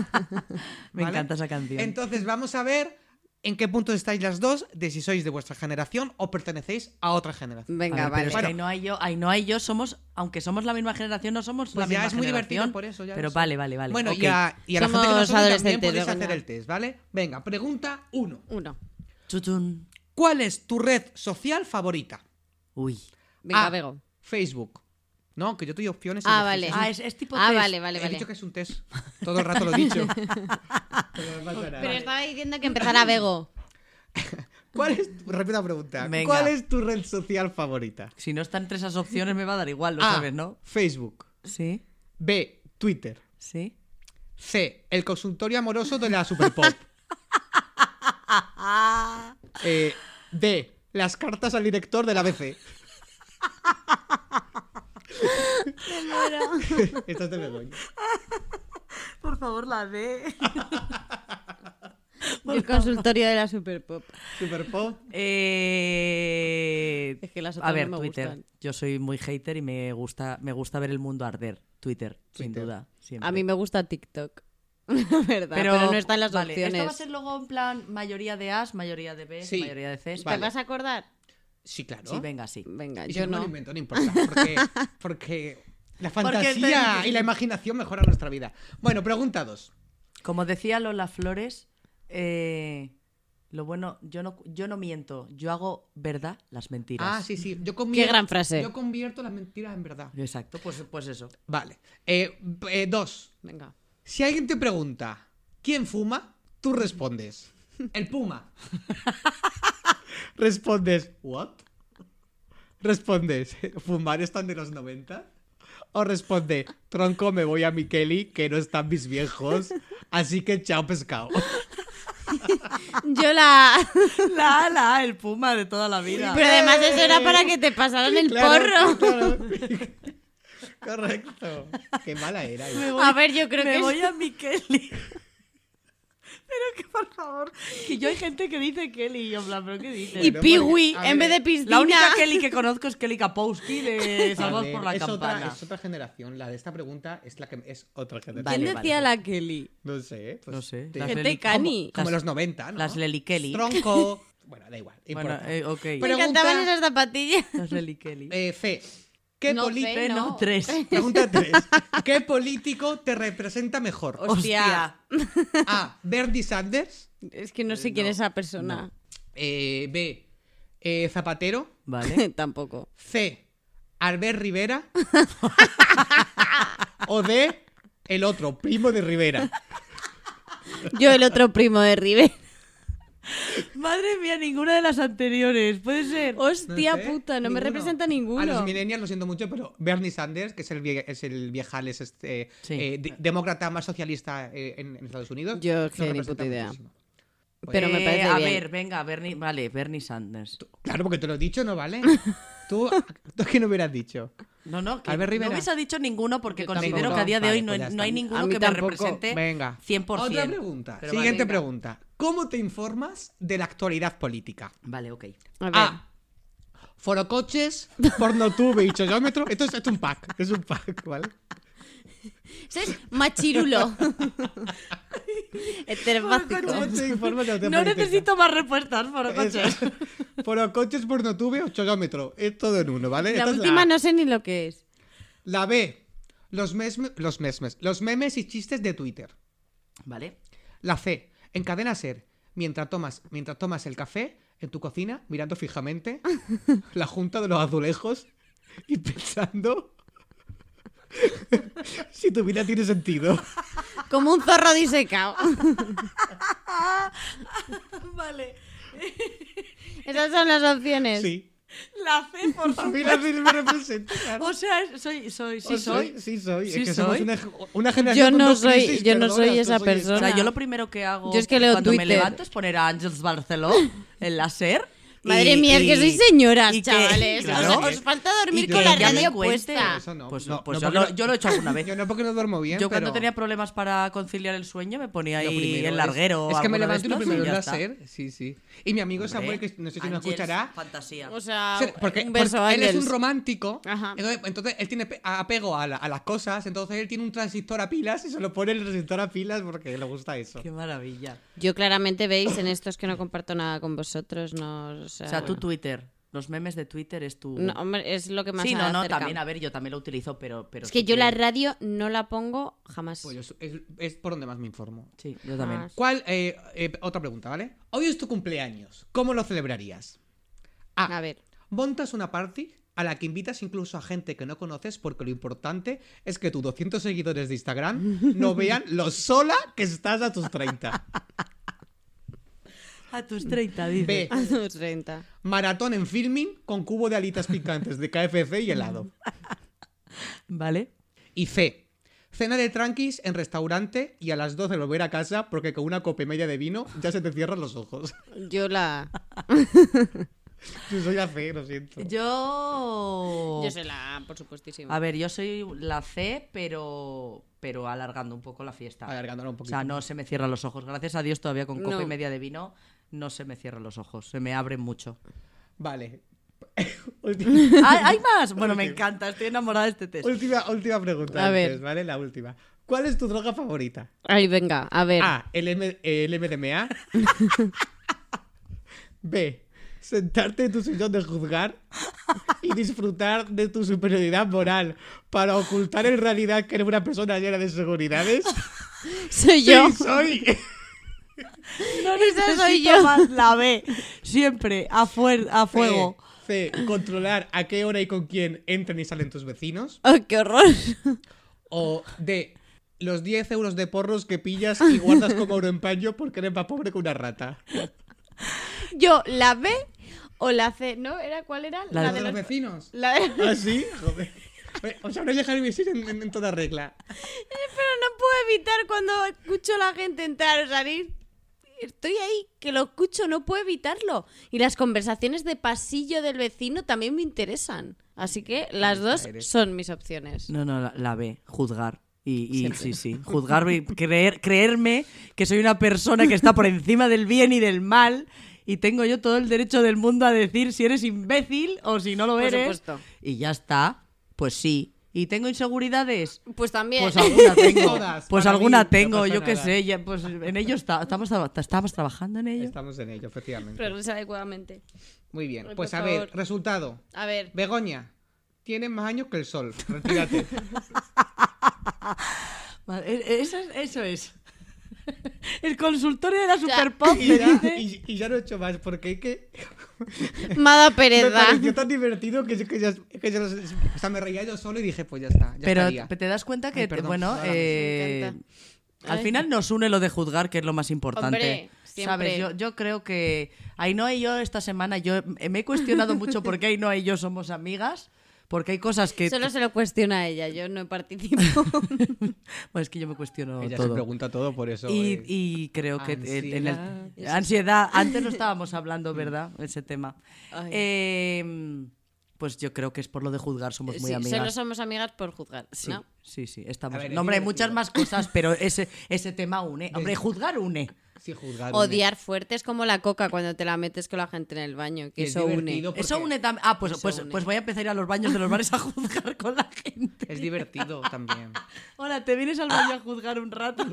E: me
C: ¿Vale?
E: encanta esa canción.
C: Entonces vamos a ver en qué punto estáis las dos, de si sois de vuestra generación o pertenecéis a otra generación.
E: A ver,
D: Venga,
E: pero
D: vale.
E: es que
C: Bueno.
E: Ainhoa y yo, Ainhoa y yo somos, aunque somos la misma generación, no somos la
C: Pues ya
E: misma
C: es muy divertido
E: generación.
C: por eso. ya
E: pero
C: lo sé.
E: vale, vale, vale.
C: Bueno,
E: ok.
C: y a, y a la
D: Somos
C: gente que nos oye también
D: adolescentes,
C: podéis
D: venga.
C: hacer el test, ¿vale? Venga, pregunta 1.
D: Uno.
E: Chuchun.
C: ¿Cuál es tu red social favorita?
E: Uy.
D: Venga,
C: Ah,
D: Bego.
C: Facebook. No, que yo te doy opciones. y
D: Ah,
C: elegís.
D: vale.
C: Es un-
E: Ah, es, es tipo
D: Ah,
E: test.
D: vale, vale,
C: He
D: vale.
C: dicho que es un test. Todo el rato lo he
D: [LAUGHS]
C: dicho.
D: Pero estaba diciendo que empezara
E: [LAUGHS]
D: Bego.
C: ¿Cuál es tu, repito la pregunta.
E: Venga.
C: ¿Cuál es tu red social favorita?
E: Si no están tres esas opciones me va a dar igual, lo
C: A,
E: sabes, ¿no?
C: Facebook.
E: Sí,
C: B. Twitter.
E: sí.
C: C. El consultorio amoroso de la Superpop.
E: [LAUGHS]
C: Eh, D. Las cartas al director de la BC. [LAUGHS] Esta es de Begoña.
E: Por favor, la D.
D: El consultorio de la Superpop.
C: Superpop.
E: Eh,
D: Es que las otras
E: A ver,
D: no me
E: Twitter.
D: gustan.
E: Yo soy muy hater y me gusta, me gusta ver el mundo arder. Twitter, sin
C: Twitter.
E: duda. siempre.
D: A mí me gusta TikTok. [LAUGHS] La verdad, pero, no están las
E: vale,
D: opciones.
E: Esto va a ser luego en plan mayoría de A's, mayoría de B,
C: Sí.
E: mayoría de C.
D: ¿Te
C: Vale.
D: vas a acordar?
C: Sí, claro.
E: Sí, venga, sí.
D: Venga,
C: Y si
D: yo
C: no me lo
D: no.
C: invento, no importa. Porque, porque la fantasía
E: te-
C: y la imaginación mejoran nuestra vida. Bueno, pregunta dos.
E: Como decía Lola Flores, eh, lo bueno, yo no, yo no miento, yo hago verdad las mentiras.
C: Ah, sí, sí. Yo convierto,
D: gran frase.
C: Yo convierto las mentiras en verdad.
E: Exacto, pues, pues eso.
C: Vale. Eh, eh, dos.
D: Venga.
C: Si alguien te pregunta quién fuma, tú respondes. El puma. [LAUGHS] respondes, ¿what? Respondes, ¿fumar están de los 90? O responde, tronco, me voy a Mikeli, que no están mis viejos, así que chao
E: [LAUGHS]
C: pescado.
D: Yo [LAUGHS] la.
E: La A, la A, el puma de toda la vida.
D: Pero además eso era para que te pasaran el
C: Claro,
D: porro.
C: claro. [LAUGHS] Correcto. Qué mala era. hija.
D: A ver, yo creo
E: me
D: que
E: voy
D: es-
E: a mi Kelly. [LAUGHS] Pero que por favor, que yo hay gente que dice Kelly y yo en plan, pero qué dices?
D: Y
C: Pero
D: Piwi,
C: porque- a
D: en
C: ver,
D: vez de piscina.
E: La única Kelly que conozco es Kelly Kapowski
D: [LAUGHS]
E: de Salvados
C: A ver,
E: por la
C: es
E: Campana.
C: Otra, es otra generación. La de esta pregunta es la que es otra generación.
D: ¿Quién
E: Vale,
D: decía la Kelly?
C: No sé. pues,
E: No sé.
C: te-
E: Las
D: Gente
E: Leli-
D: cani.
C: Como
E: Las-
C: los 90, ¿no?
E: las Leli Kelly. [LAUGHS]
C: Tronco. Bueno, da igual.
E: Bueno,
C: importa.
E: eh,
D: [LAUGHS]
E: ok.
D: Me
C: Pregunta-
D: encantaban esas zapatillas.
E: Las Leli Kelly.
C: Eh, Fe, ¿qué
D: No, Eh,
C: poli-
D: Fe,
E: no,
D: no.
E: tres.
C: Pregunta 3. ¿Qué político te representa mejor?
D: Hostia.
C: A. Bernie Sanders.
D: Es que no sé quién es esa persona.
C: Eh, B. eh, Zapatero.
D: [LAUGHS]
E: Vale.
D: Tampoco.
C: C. Albert
E: [LAUGHS]
C: Rivera. o D. El otro, primo de Rivera.
D: Yo, el otro primo de River.
E: Madre mía, ninguna de las anteriores. Puede ser.
D: Hostia
C: sé,
D: puta, no
C: ninguno.
D: me representa
C: A los
D: ninguno.
C: millennials lo siento mucho, pero Bernie Sanders, que es el, vie- es el viejales este,
E: Sí.
C: eh, de- demócrata más socialista eh, en, en Estados Unidos.
D: Yo
C: nos
D: que ni
C: representa
D: puta idea.
C: muchísimo.
D: Pero me parece
E: Eh, a
D: bien.
E: ver, venga, Bernie. Vale, Bernie Sanders.
C: Claro, porque te lo he dicho, ¿no
D: [LAUGHS]
C: vale? Tú, tú que no hubieras dicho.
E: No, no, que
C: Albert Rivera.
E: no hubiese dicho ninguno porque
D: Yo
E: considero
D: tampoco.
E: que a día de
C: Vale,
E: hoy no,
C: pues ya
E: no hay
C: está.
D: A
E: ninguno
D: mí
E: que
D: tampoco.
E: me represente
C: Venga.
E: 100%.
C: Otra pregunta.
E: Pero
C: Siguiente
E: vale, venga.
C: pregunta. ¿Cómo te informas de la actualidad política?
E: Vale, ok.
D: A ver.
C: A. Forocoches, pornotube y chollómetro. Esto es, esto es un pack. Es un pack,
E: [LAUGHS]
C: ¿vale?
D: Ese es machirulo. este es
C: ¿Cómo
D: básico.
C: te informas de la actualidad
E: No
C: política?
E: necesito más respuestas, por
C: Eso. [LAUGHS] Forocoches, pornotube o chollómetro. Es todo en uno, ¿vale?
D: La
C: Esta es
D: última
C: A.
D: no sé ni lo que es.
C: La B. Los, mesme- los mesmes. Los memes y chistes de Twitter.
E: Vale.
C: La C. Encadena ser. Mientras tomas, mientras tomas el café en tu cocina, mirando
D: [LAUGHS]
C: fijamente la junta de los azulejos y pensando [LAUGHS] si tu vida tiene sentido.
D: Como un zorro disecado.
E: Vale.
D: Esas son las opciones.
C: Sí.
E: La C, por
C: A
E: favor.
C: mí la
D: [LAUGHS]
C: C me representa. claro.
E: [LAUGHS] O sea, soy, soy, sí
C: O
E: soy.
C: Sí, Oh, soy.
E: Sí
C: es que
E: soy.
C: somos una, una generación.
D: Yo
C: con
D: no
C: dos
D: soy-
C: crisis,
D: yo no
C: perdona,
D: soy
C: tú
D: esa
C: esto.
E: O
D: persona.
E: sea, yo lo primero que hago
D: Yo es que leo
E: cuando me
D: Twitter.
E: levanto es poner a Ángels
D: [LAUGHS]
E: Barceló en la SER. y-
D: Madre mía, es que
E: y-
D: sois señoras,
E: y que-
D: chavales.
E: [LAUGHS] claro.
D: O sea, os falta dormir
C: Y
D: con
C: que
D: la
C: ya me
D: radio
E: cuente.
D: puesta.
C: Eso no.
E: Pues,
C: No,
E: pues
C: no,
E: yo,
C: porque
E: lo,
C: no-
E: yo lo he
C: [LAUGHS]
E: hecho alguna vez.
C: Yo no porque no duermo bien.
E: Yo
C: pero
E: cuando tenía problemas para conciliar el sueño me ponía
C: lo
E: ahí
C: primero
E: el
C: es-
E: larguero.
C: Es, que me
E: alguna de
C: levanto y lo
E: estas
C: primero es
E: ya está.
C: láser. Sí, sí. Y mi amigo Samuel, que no sé si nos
E: Ángels,
C: escuchará,
E: Fantasía.
D: O sea,
C: Ser- porque,
D: un verso
C: porque él es
D: Ángels.
C: un romántico,
D: Ajá.
C: entonces, entonces él tiene pe- apego a, la- a las cosas, entonces él tiene un transistor a pilas y se lo pone el transistor a pilas porque le gusta eso.
E: Qué maravilla.
D: Yo claramente veis en estos que no comparto nada con vosotros. No, o sea,
E: O sea, tu Twitter, los memes de Twitter es tu.
D: No, hombre, es lo que más
E: sí,
D: me
E: no, no,
D: acerca.
E: también, a ver, yo también lo utilizo, pero. pero
D: Es que
E: sí
D: yo la radio no la pongo jamás.
C: Pues yo- es, es por donde más me informo.
E: Sí, yo también.
D: Ah,
C: ¿Cuál? eh, eh, otra pregunta, ¿vale? Hoy es tu cumpleaños. ¿Cómo lo celebrarías?
D: A ver. [LAUGHS]
C: Montas una party a la que invitas incluso a gente que no conoces porque lo importante es que tus 200 seguidores de Instagram
E: [LAUGHS]
C: no vean lo sola que estás a tus 30.
E: A tus 30, dices.
C: B.
D: A los 30.
C: Maratón en filming con cubo de alitas picantes de KFC y helado.
E: Vale.
C: Y C. Cena de tranquis en restaurante y a las 12 volver a casa porque con una copa y media de vino ya se te cierran los ojos. [LAUGHS]
D: Yo la.
C: Yo soy la C, lo siento.
E: Yo.
D: Yo soy la, por supuestísimo.
E: Oh. A ver, yo soy la C, pero. Pero alargando un poco la fiesta.
C: Alargándolo un
E: O
C: poquito.
E: sea, no se me cierran los ojos. Gracias a Dios todavía con copa
D: No.
E: y [LAUGHS] media de vino no se me cierran los ojos. Se me abren mucho.
C: Vale. Última,
E: ¿Hay, ¡Ah, hay más? Bueno, me encanta, estoy enamorada de este test.
C: última, última pregunta.
D: A ver.
C: antes, ¿Vale? La última. ¿Cuál es tu droga favorita?
D: Ay, venga, a ver.
E: Ah.
C: A. El, M- el MDMA. B. Sentarte en tu sillón de juzgar y disfrutar de tu superioridad moral para ocultar en realidad que eres una persona llena de inseguridades.
D: [LAUGHS] Soy yo.
C: Sí, soy.
E: No
D: Esa soy
E: necesito
D: yo. [LAUGHS]
E: más la B. Siempre a, fuer- a fuego.
C: C. C, Controlar a qué hora y con quién entran y salen tus vecinos.
D: Oh, qué horror.
C: O D. Los 10 euros de porros que pillas y guardas como oro en paño porque eres más pobre que una rata.
D: Yo, la B o la C, ¿no? ¿Era cuál era?
E: La
D: La
E: de
D: de
C: los
D: los-
C: vecinos.
D: la de-
C: ¿Ah, sí? Joder. O sea, no dejar mi en, en, en toda regla.
D: Pero no puedo evitar cuando escucho a la gente entrar o salir. Estoy ahí, que lo escucho, no puedo evitarlo. Y las conversaciones de pasillo del vecino también me interesan. Así que las dos son mis opciones.
E: No, no, la, la B, juzgar. Y, y sí, sí, juzgarme y creer, creerme que soy una persona que está por encima del bien y del mal y tengo yo todo el derecho del mundo a decir si eres imbécil o si no lo
D: Por
E: eres.
D: supuesto.
E: Y ya está, pues sí. ¿Y tengo inseguridades?
D: Pues también.
C: [LAUGHS]
D: [LAUGHS]
E: Pues alguna tengo.
C: Todas,
E: pues
C: para
E: alguna
C: mí, no
E: tengo,
C: pasa
E: yo qué
C: nada.
E: sé. ya, pues en ello está- estamos, tra- estamos trabajando en ello.
C: Estamos en ello, efectivamente.
D: Regresa adecuadamente.
C: Muy bien.
D: Ay,
C: Pues
D: por
C: a ver,
D: favor.
C: resultado.
D: A ver,
C: Begoña, tienes más años que el
E: [LAUGHS]
C: sol. Retírate.
E: Madre- e- Eso, es- eso es. [LAUGHS] El consultorio de la
D: Ya.
E: Superpop
C: y,
E: me
C: ya,
E: dice-
C: y- y ya no he hecho más porque es que
E: [LAUGHS]
D: Mada
C: me
D: Pérez da. [LAUGHS]
C: pareció tan divertido que, que ya, que ya no sé- o sea, me reía yo solo y dije, pues ya está. Ya
E: Pero
C: estaría.
E: te te das cuenta que,
C: Ay,
E: te-
C: perdón,
E: bueno,
C: perdóname.
E: eh,
D: Me encanta.
E: al
D: Ay.
E: final nos une lo de juzgar, que es lo más importante.
D: Hombre, siempre.
E: ¿Sabes? Yo, yo creo que Ainhoa y yo esta semana, yo eh, me he cuestionado mucho por qué Ainhoa y yo somos amigas, porque hay cosas que...
D: Solo se lo cuestiona a ella, yo no participo.
E: [LAUGHS] Bueno, es que yo me cuestiono
C: Ella se
E: todo.
C: pregunta todo por eso.
E: Y,
C: eh.
E: y creo que en- en el-
C: Ansiedad.
E: ansiedad.
C: [LAUGHS]
E: Antes no estábamos hablando, ¿verdad? Ese tema.
D: Ay.
E: Eh, pues yo creo que es por lo de juzgar, somos
D: [LAUGHS]
E: Pues muy
D: Eh, Sí,
E: amigas.
D: solo somos amigas por juzgar,
E: Sí,
D: ¿no?
E: sí, sí, estamos.
C: A ver,
E: no,
C: es
E: hombre, hay
C: divertido.
E: muchas más cosas, pero ese, ese tema une. Hombre, juzgar une.
C: Sí, juzgar. une.
D: Odiar fuerte es como la coca cuando te la metes con la gente en el baño, que
C: Y es
D: eso une.
C: divertido porque
E: Eso une también. Ah, pues,
D: Eso
E: pues,
D: une.
E: pues voy a empezar a ir a los baños de los bares a juzgar con la gente.
C: Es divertido también.
E: [LAUGHS] Hola, ¿te vienes al baño a juzgar
C: [LAUGHS]
E: un rato?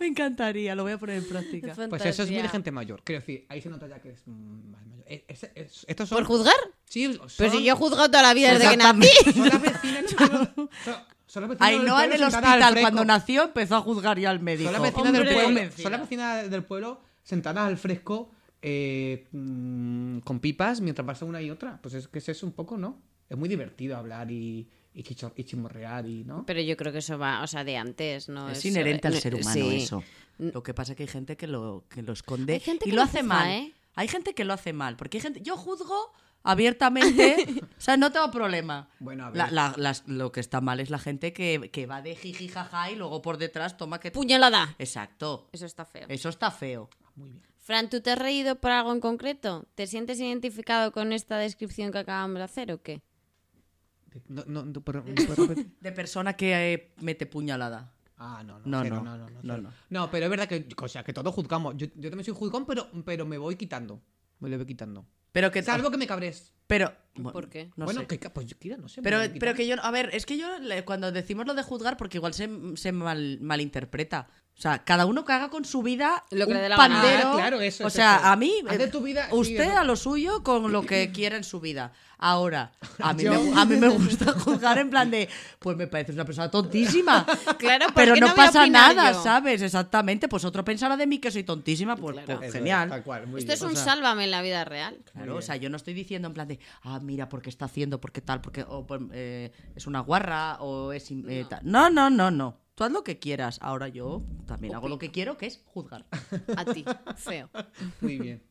E: Me encantaría, lo voy a poner en práctica.
C: Pues eso es muy de
D: Fantasía.
C: gente mayor. Quiero decir, ahí se nota ya que es mm, más mayor. Eh, es- es- estos son...
D: ¿Por juzgar?
C: Sí,
D: Pero
C: son-
D: si yo he juzgado toda la vida desde que nací.
E: Exactamente.
C: Son las vecinas que llevan- son- son las vecinas del
E: Ainhoa en
C: pueblo
E: el
C: sentadas al
E: hospital,
C: fresco.
E: cuando nació, empezó a juzgar ya al médico.
C: Son las vecinas del
D: Hombre,
C: pueblo,
E: convencida.
C: son las vecinas del pueblo sentadas al fresco eh, mm, con pipas mientras pasa una y otra. Pues es que eso es un poco, ¿no? Es muy divertido hablar y, y, chichor- y chismorrear y, ¿no?
D: Pero yo creo que eso va, o sea, de antes, ¿no?
E: Es
D: Eso-
E: inherente al
D: no-
E: ser humano
D: sí.
E: eso. Lo que pasa es que hay gente que lo, que lo esconde
D: Hay gente
E: y
D: que
E: lo
D: lo
E: hace
D: juzga,
E: mal.
D: ¿eh?
E: Hay gente que lo hace mal, porque hay gente... Yo juzgo
D: [LAUGHS]
E: abiertamente, o sea, no tengo problema.
C: Bueno, a ver.
E: La- la- las- lo que está mal es la gente que, que va de jiji jaja y luego por detrás toma que...
D: Puñalada.
E: Exacto.
D: Eso está feo.
C: Eh.
E: Eso está feo.
C: Muy bien.
D: Fran, ¿tú te has reído por algo en concreto? ¿Te sientes identificado con esta descripción que acabamos de hacer o qué?
C: No, no, no, pero- pero-
E: De persona que eh, mete puñalada.
C: Ah, no, no,
E: No,
C: cero, no,
E: no,
C: no, no,
E: no,
C: cero.
E: no.
C: No, pero es verdad que, o sea, que todos juzgamos. Yo, yo también soy juzgón, pero, pero me voy quitando. Me lo voy quitando.
E: Pero que...
C: Salvo que me cabres.
E: Pero...
D: ¿Por qué?
E: No
C: bueno,
E: sé.
C: que, pues yo quiera, no sé. me
E: Pero,
C: lo voy
E: pero
C: quitando.
E: que yo, a ver, es que yo le- cuando decimos lo de juzgar, porque igual se, se mal- malinterpreta. O sea, cada uno que haga con su vida
D: Lo que
E: un
D: le dé la gana.
E: pandero.
C: Ah, claro, eso,
E: o
C: eso,
E: sea,
C: eso.
E: a mí,
C: Haz
E: eh,
C: de tu vida, sí,
E: usted
C: eso.
E: a lo suyo con lo
C: [LAUGHS]
E: que quiera en su vida. Ahora, a mí,
C: Yo-
E: me, a
C: [LAUGHS]
E: mí me gusta juzgar en plan de, pues me parece una persona tontísima.
D: [LAUGHS] Claro, ¿por
E: pero
D: qué
E: no,
D: no voy a
E: pasa
D: opinar
E: nada,
D: yo?
E: ¿sabes? Exactamente, pues otro pensará de mí que soy tontísima, pues,
D: Claro.
E: pues
C: Eso es,
E: genial.
C: tal cual, muy
D: Esto es
C: bien. O
D: un
C: sea,
D: sálvame en la vida real.
E: Claro, o sea, yo no estoy diciendo en plan de, ah, mira, porque está haciendo, porque tal, porque o, pues, eh, es una guarra o es... in- eh, tal". no. no, no, no, Tú haz lo que quieras. Ahora yo también hago lo que quiero, que es juzgar.
D: A ti,
C: [LAUGHS]
D: feo.
C: Muy bien.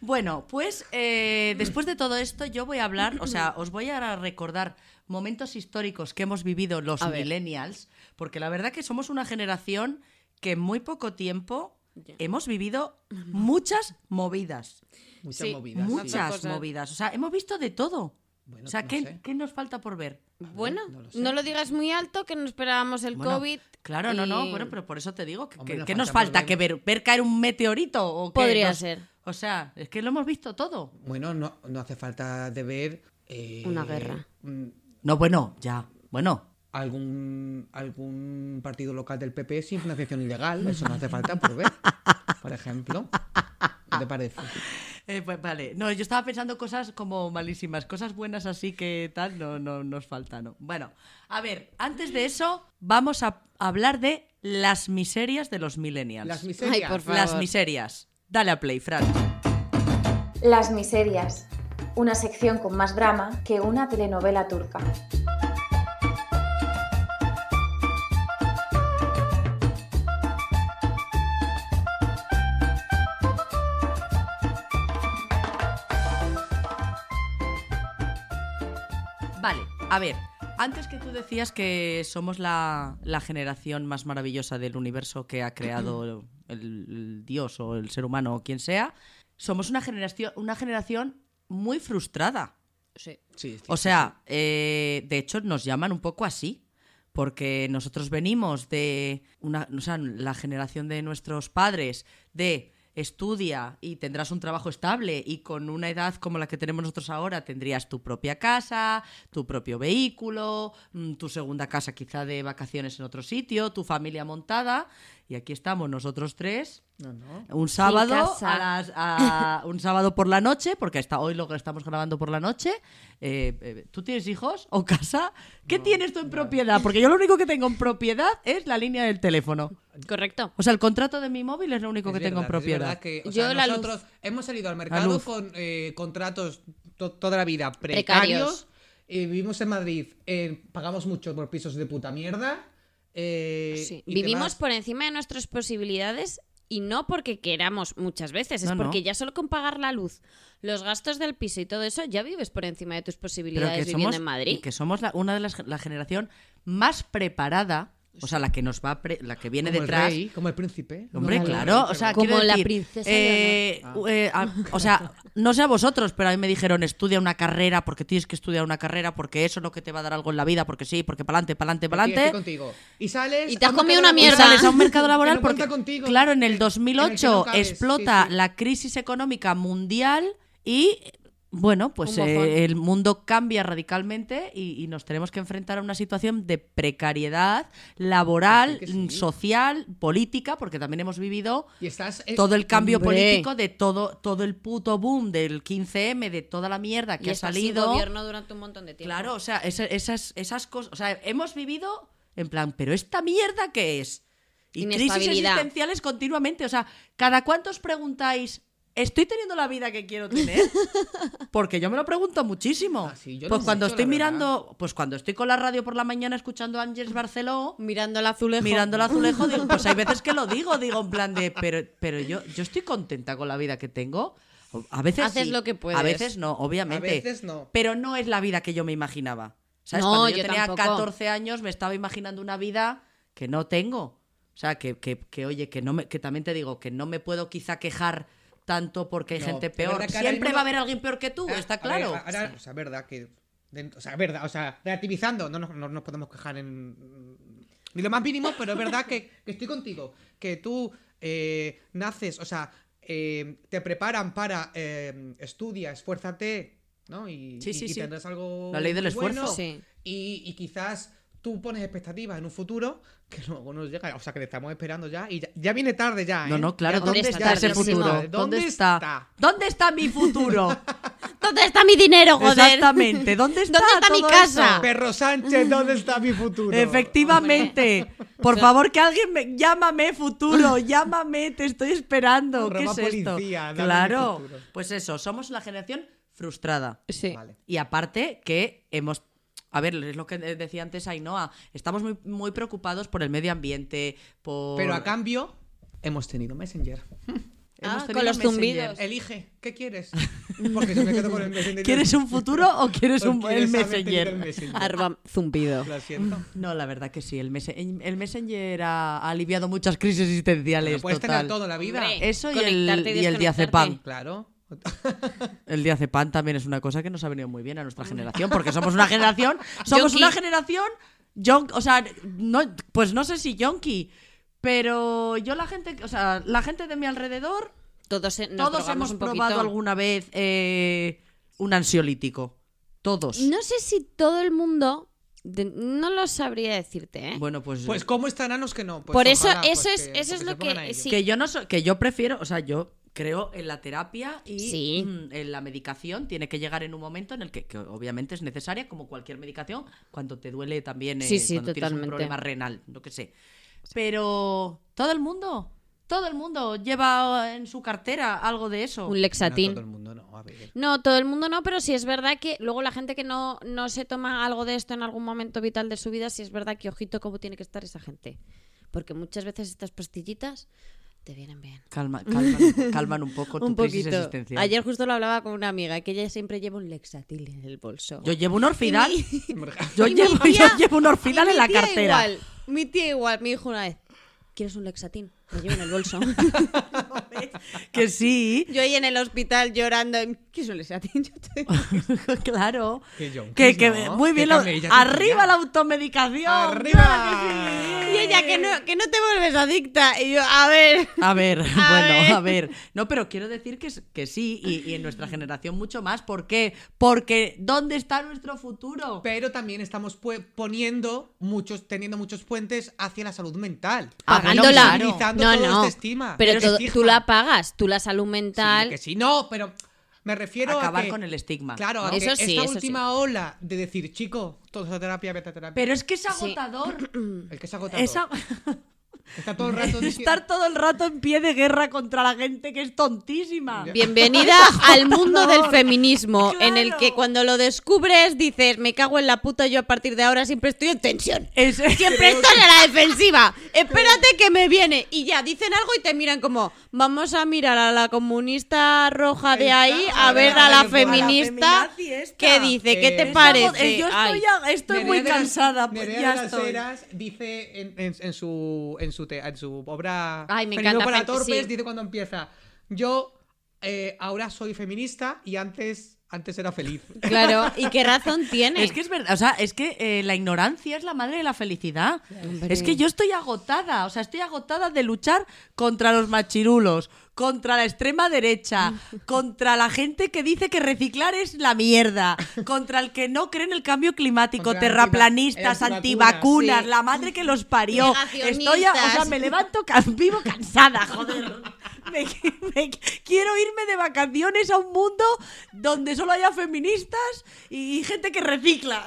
E: Bueno, pues eh, después de todo esto yo voy a hablar, o sea, os voy a recordar momentos históricos que hemos vivido los
D: A ver.
E: millennials, porque la verdad que somos una generación que en muy poco tiempo hemos vivido muchas movidas.
C: Muchas
D: Sí,
C: movidas. sí.
E: Muchas
D: cosas.
E: movidas. O sea, hemos visto de todo.
C: Bueno,
E: o sea,
C: no
E: ¿qué,
C: sé.
E: qué nos falta por ver?
D: Bueno,
C: no lo sé.
D: no lo digas muy alto que no esperábamos el
E: Bueno,
D: COVID.
E: Claro, no, no,
D: y-
E: bueno, pero por eso te digo que,
C: Hombre,
E: que-
C: nos
E: que nos
C: falta por
E: falta
C: ver.
E: que ver, ver caer un meteorito o que
D: Podría
E: nos-
D: ser.
E: O sea, es que lo hemos visto todo.
C: Bueno, no, no hace falta de ver... eh,
D: Una guerra.
C: mm,
E: No, bueno, ya. Bueno,
C: Algún, algún partido local del PP sin financiación ilegal. Eso no hace falta por ver, por ejemplo. ¿Qué te
E: [LAUGHS]
C: parece?
E: Eh, pues vale, no, yo estaba pensando cosas como malísimas, cosas buenas así que tal, no, no nos falta, ¿no? Bueno, a ver, antes de eso, vamos a hablar de las miserias de los millennials.
C: Las
D: Ay,
C: miserias.
D: por favor.
E: Las miserias. Dale a play, Fran.
F: Las miserias, una sección con más drama que una telenovela turca.
E: Vale, a ver, antes que tú decías que somos la, la generación más maravillosa del universo que ha creado el, el dios o el ser humano o quien sea, somos una generación, una generación muy frustrada.
D: Sí.
C: Sí, sí.
E: O sea, eh, de hecho nos llaman un poco así, porque nosotros venimos de una, o sea, la generación de nuestros padres de estudia y tendrás un trabajo estable y con una edad como la que tenemos nosotros ahora tendrías tu propia casa, tu propio vehículo, mm, tu segunda casa quizá de vacaciones en otro sitio, tu familia montada y aquí estamos nosotros tres
C: No, no.
E: un sábado
D: casa.
E: a las-
D: [LAUGHS]
E: a- un sábado por la noche porque está hoy lo que estamos grabando por la noche Eh, eh, tú tienes hijos o casa qué tienes tú en propiedad porque yo lo único que tengo en propiedad es la línea del teléfono
D: Correcto.
E: o sea el contrato de mi móvil es lo único que
C: Es
E: tengo en
C: verdad, es
E: propiedad
C: verdad que, o
D: Yo
C: sea,
D: la luz.
C: nosotros hemos salido al mercado
E: luz.
C: con eh, contratos to- toda la vida precarios.
D: Precarios.
C: eh, vivimos en Madrid, eh, pagamos mucho por pisos de puta mierda. eh,
D: Sí.
C: y te
D: Vivimos
C: vas-
D: por encima de nuestras posibilidades y no porque queramos muchas veces, es
E: No, no.
D: porque ya solo con pagar la luz, los gastos del piso y todo eso, ya vives por encima de tus
E: pero
D: posibilidades
E: que
D: viviendo
E: somos
D: en
E: y
D: Madrid.
E: que somos la- una de las la generación más preparada o sea la que nos va pre- la que viene
C: como el
E: detrás
C: rey, como el príncipe.
E: Hombre,
C: No, no,
E: claro,
C: no,
E: o sea,
D: Como
E: quiero
D: la
E: decir,
D: princesa
E: eh, eh, a- o sea, no sé a vosotros, pero a mí me dijeron estudia una carrera porque tienes que estudiar una carrera porque eso es lo que te va a dar algo en la vida, porque sí, porque pa'lante, pa'lante,
C: Estoy- estoy
E: pa'lante.
C: contigo. Y sales.
D: Y te has
C: a un
D: comido
C: mercado
D: una
E: Y
D: mierda.
E: sales a un
C: [LAUGHS]
E: mercado
C: que
E: laboral
C: no
E: porque,
C: cuenta contigo,
E: claro, en
C: en
E: el
C: el que no
E: 2008
C: cabes, sí,
E: explota
C: sí.
E: la crisis económica mundial y, bueno, pues
D: Un
E: eh,
D: mojón.
E: el mundo cambia radicalmente y, y nos tenemos que enfrentar a una situación de precariedad laboral,
C: Que sí, que sí.
E: social, política, porque también hemos vivido
C: Y estás. eh,
E: todo el cambio
D: hombre.
E: político de todo todo el puto boom del 15M de toda la mierda que
D: Y
E: ha
D: estás sin
E: salido
D: gobierno durante un montón de tiempo.
E: claro o sea esa- esas esas cosas o sea hemos vivido en plan pero esta mierda qué es y crisis
D: Inestabilidad.
E: existenciales continuamente o sea cada cuánto os preguntáis estoy teniendo la vida que
D: [LAUGHS]
E: quiero tener porque yo me lo pregunto muchísimo
C: Ah, sí, yo lo
E: pues cuando
C: mucho, la
E: estoy
C: verdad.
E: mirando pues cuando estoy con la radio por la mañana escuchando a Ángels Barceló
A: Mirando el azulejo.
E: mirando el azulejo, digo, pues hay veces que lo digo, digo en plan de, pero, pero yo, yo estoy contenta con la vida que tengo. A veces
D: Haces
E: sí,
D: lo que puedes.
E: A veces no, obviamente.
C: A veces no.
E: Pero no es la vida que yo me imaginaba. ¿Sabes?
D: No,
E: Cuando yo,
D: yo
E: tenía
D: tampoco.
E: 14 años me estaba imaginando una vida que no tengo. O sea, que, que, que, oye, que, no me, que también te digo, que no me puedo quizá quejar tanto porque hay
C: No,
E: gente
C: es verdad
E: peor.
C: que ahora
E: Siempre
C: mismo-
E: va a haber alguien peor que tú,
C: Ah, a
E: está
C: ver,
E: claro.
C: ahora, o sea, verdad que. de- O sea, verdad, o sea, relativizando, no nos, no nos podemos quejar en. Ni lo más mínimo, pero es verdad que, que estoy contigo. Que tú eh, naces, o sea, eh, te preparan para. eh, estudia, esfuérzate, ¿no? Y,
E: Sí, sí,
C: y- y
E: sí.
C: tendrás algo.
E: La ley del
C: muy
E: esfuerzo.
C: bueno.
D: Sí.
C: Y, y quizás tú pones expectativas en un futuro que luego nos llega, o sea, que le estamos esperando ya y ya, ya viene tarde ya.
E: No,
C: ¿eh?
E: no, claro,
C: Ya
E: ¿dónde
C: viene
E: está,
D: está
E: ese
D: tardísimo.
E: futuro?
C: tarde.
E: ¿Dónde está? ¿Dónde está mi futuro?
D: ¿Dónde está mi dinero, joder? [LAUGHS]
E: Exactamente. ¿Dónde está,
D: ¿Dónde está mi
E: todo
D: casa?
E: eso?
C: Perro Sánchez, ¿dónde está mi futuro? [LAUGHS]
E: Efectivamente. Por favor, que alguien me llámame futuro, llámame, te estoy esperando. ¿Qué
C: Roba
E: es esto?
C: policía, dame mi
E: claro.
C: futuro.
E: Pues eso, somos la generación frustrada.
D: Sí.
C: Vale.
E: Y aparte que hemos... A ver, es lo que decía antes Ainhoa. Estamos muy, muy preocupados por el medio ambiente, por... Ah,
C: Pero a cambio, hemos tenido Messenger.
E: hemos
D: Ah,
E: tenido
D: con los
E: Messenger.
D: zumbidos.
C: Elige, ¿qué quieres? Porque si me quedo con el Messenger.
E: ¿Quieres un futuro o quieres
C: ¿O
E: un, el
C: quieres haber tenido
E: Messenger?
C: el Messenger?
A: Arba zumbido.
C: Lo siento.
E: No, la verdad que sí. El, mese- el Messenger ha, ha aliviado muchas crisis existenciales.
C: Lo puedes
E: total.
C: pues tener todo en la vida.
D: Hombre.
E: Eso y el,
D: Conectarte y
E: y el
D: desconectarte.
E: diazepam.
C: Claro.
E: El diazepam también es una cosa que nos ha venido muy bien a
D: Mm.
E: nuestra generación, porque somos
D: [LAUGHS]
E: una generación, somos una generación, yon- o sea, no, pues no sé si yonki, pero yo la gente, o sea, la gente de mi alrededor
D: Todos, eh, nos
E: Todos
D: drogamos
E: hemos
D: un
E: probado
D: poquito.
E: alguna vez eh, un ansiolítico. Todos.
D: No sé si todo el mundo. de- no lo sabría decirte, ¿eh?
E: Bueno, pues,
C: Pues cómo estarán los que no. Pues
D: Por eso-
C: ojalá,
D: eso
C: pues
D: es- eso es
C: se
D: lo que-
C: pongan a ello.
D: sí.
E: que yo no so- que yo prefiero, o sea, yo creo en la terapia y
D: Sí.
E: mm, en la medicación tiene que llegar en un momento en el que, que obviamente es necesaria como cualquier medicación cuando te duele también eh,
D: Sí, sí,
E: cuando tienes un
D: totalmente.
E: problema renal, lo que sé. Pero todo el mundo, todo el mundo lleva eh, en su cartera algo de eso.
D: Un
C: No,
D: lexatín.
C: todo el mundo no, a ver.
D: No, todo el mundo no, pero sí es verdad que luego la gente que no, no se toma algo de esto en algún momento vital de su vida, sí es verdad que ojito cómo tiene que estar esa gente. Porque muchas veces estas pastillitas te vienen bien.
E: Calma, calman, un po- calman
D: [LAUGHS]
E: un poco tu
D: un
E: crisis
D: poquito.
E: existencial.
D: Ayer justo lo hablaba con una amiga, que ella siempre lleva un lexatil en el bolso.
E: Yo llevo
D: [LAUGHS]
E: un orfidal. Yo
D: Y mi
E: llevo,
D: tía-
E: yo llevo un orfidal
D: y
E: en la
D: mi tía
E: cartera.
D: Igual, mi tía igual, me dijo una vez, ¿quieres un lexatín? Lo llevo en el bolso.
E: [LAUGHS] Que sí.
D: [LAUGHS] yo ahí en el hospital llorando, ¿quieres un lexatín? [LAUGHS] Yo te-
E: [LAUGHS] claro.
C: Qué yonkis,
E: Que, que-
C: ¿no?
E: muy
C: Qué
E: bien. la-
C: camellas,
E: arriba
C: qué
E: la automedicación.
C: ¡Arriba!
E: ¡Claro que sí!
G: Y ella, que no, que no te vuelves adicta. Y yo, a ver.
E: [LAUGHS] A ver, bueno,
G: ver.
E: a ver. No, pero quiero decir que, s- que sí, y, y en nuestra generación mucho más. ¿Por qué? Porque ¿dónde está nuestro futuro?
C: Pero también estamos pue- poniendo muchos, teniendo muchos puentes hacia la salud mental.
E: Ah, bueno,
D: pagándola.
E: claro.
C: Utilizando
D: No,
C: todo
D: no.
C: este estima,
D: pero
C: este
D: todo-
C: estigma.
D: tú la pagas, tú la salud
C: Sí,
D: mental.
C: que sí, no, pero me refiero a
E: Acabar
C: que-
E: con el estigma.
C: Claro, a
D: ¿no?
C: que
D: Eso sí,
C: esta
D: eso sí.
C: última ola de decir, chico, todos a terapia, vete a terapia.
E: Pero es que es
D: Sí.
E: [CLEARS THROAT] agotador.
C: el que se ha agotado.
E: Es ag-
C: Está todo el rato diciendo.
E: [LAUGHS] estar todo el rato en pie de guerra contra la gente que es tontísima.
C: Ya. [LAUGHS]
D: Bienvenida al mundo del feminismo, en el
E: Claro.
D: que cuando lo descubres dices, me cago en la puta, yo a partir de ahora siempre estoy en tensión.
E: Es-
D: Siempre estoy a la defensiva. Espérate que me viene. Y ya, dicen algo y te miran como, vamos a mirar a la comunista roja de ahí, a ver a la feminista.
E: feminazi esta. eh,
D: ¿Qué dice? ¿Qué te
C: Es
D: parece?
C: eh,
E: Yo estoy,
D: Ay.
E: ya- estoy
C: Nerea
E: muy
C: de las-
E: cansada. pues,
C: Nerea de
E: ya
C: las
E: estoy.
C: Heras dice en, en- en su, en, su te- en su obra
D: Ay, me
C: Feminismo
D: encanta,
C: para
D: Fe-
C: torpes,
D: sí.
C: dice cuando empieza, yo eh, ahora soy feminista y antes, antes era feliz.
D: Claro, ¿y qué razón tiene?
E: Es que es verdad, o sea, es que eh, la ignorancia es la madre de la felicidad.
D: Hombre.
E: Es que yo estoy agotada, o sea, estoy agotada de luchar contra los machirulos, contra la
D: [LAUGHS]
E: extrema derecha, contra la gente que dice que reciclar es la mierda, contra el que no cree en el cambio climático,
C: Contra
E: terraplanistas,
C: antiva-
E: antivacunas,
C: sí.
E: la madre que los parió. Estoy, a- o sea, me levanto ca- vivo cansada, joder. Me- me- quiero irme de vacaciones a un mundo donde solo haya feministas y gente que recicla.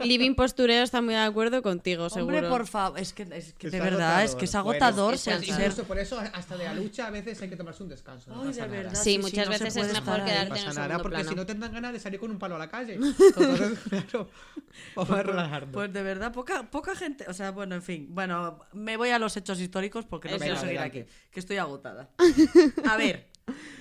D: Living Postureo está muy de acuerdo contigo, seguro.
E: Hombre, por favor, es que, es que
C: Es
E: de verdad, es que es
C: agotador.
E: agotador
D: Bueno,
E: ser,
C: Pues
E: ser-
C: incluso por eso, hasta de la lucha a veces hay que tomarse un descanso. No
E: Ay,
C: pasa
E: de
C: nada.
E: verdad.
D: Sí,
E: Sí, sí,
D: muchas
E: no se
D: veces
E: puede
D: es mejor
E: estar ahí.
D: quedarte
C: No
D: en
C: pasa
D: el
C: nada,
D: segundo
C: porque
D: plano.
C: si no tendrán ganas de salir con un palo a la
D: [LAUGHS]
C: calle. Entonces, claro, vamos a relajarnos.
E: Pues de verdad, poca, poca gente. O sea, bueno, en fin. Bueno, me voy a los hechos históricos porque no
D: Eso
E: quiero
D: es.
E: seguir
C: Adelante.
E: aquí, que
D: [LAUGHS]
E: estoy agotada. A ver,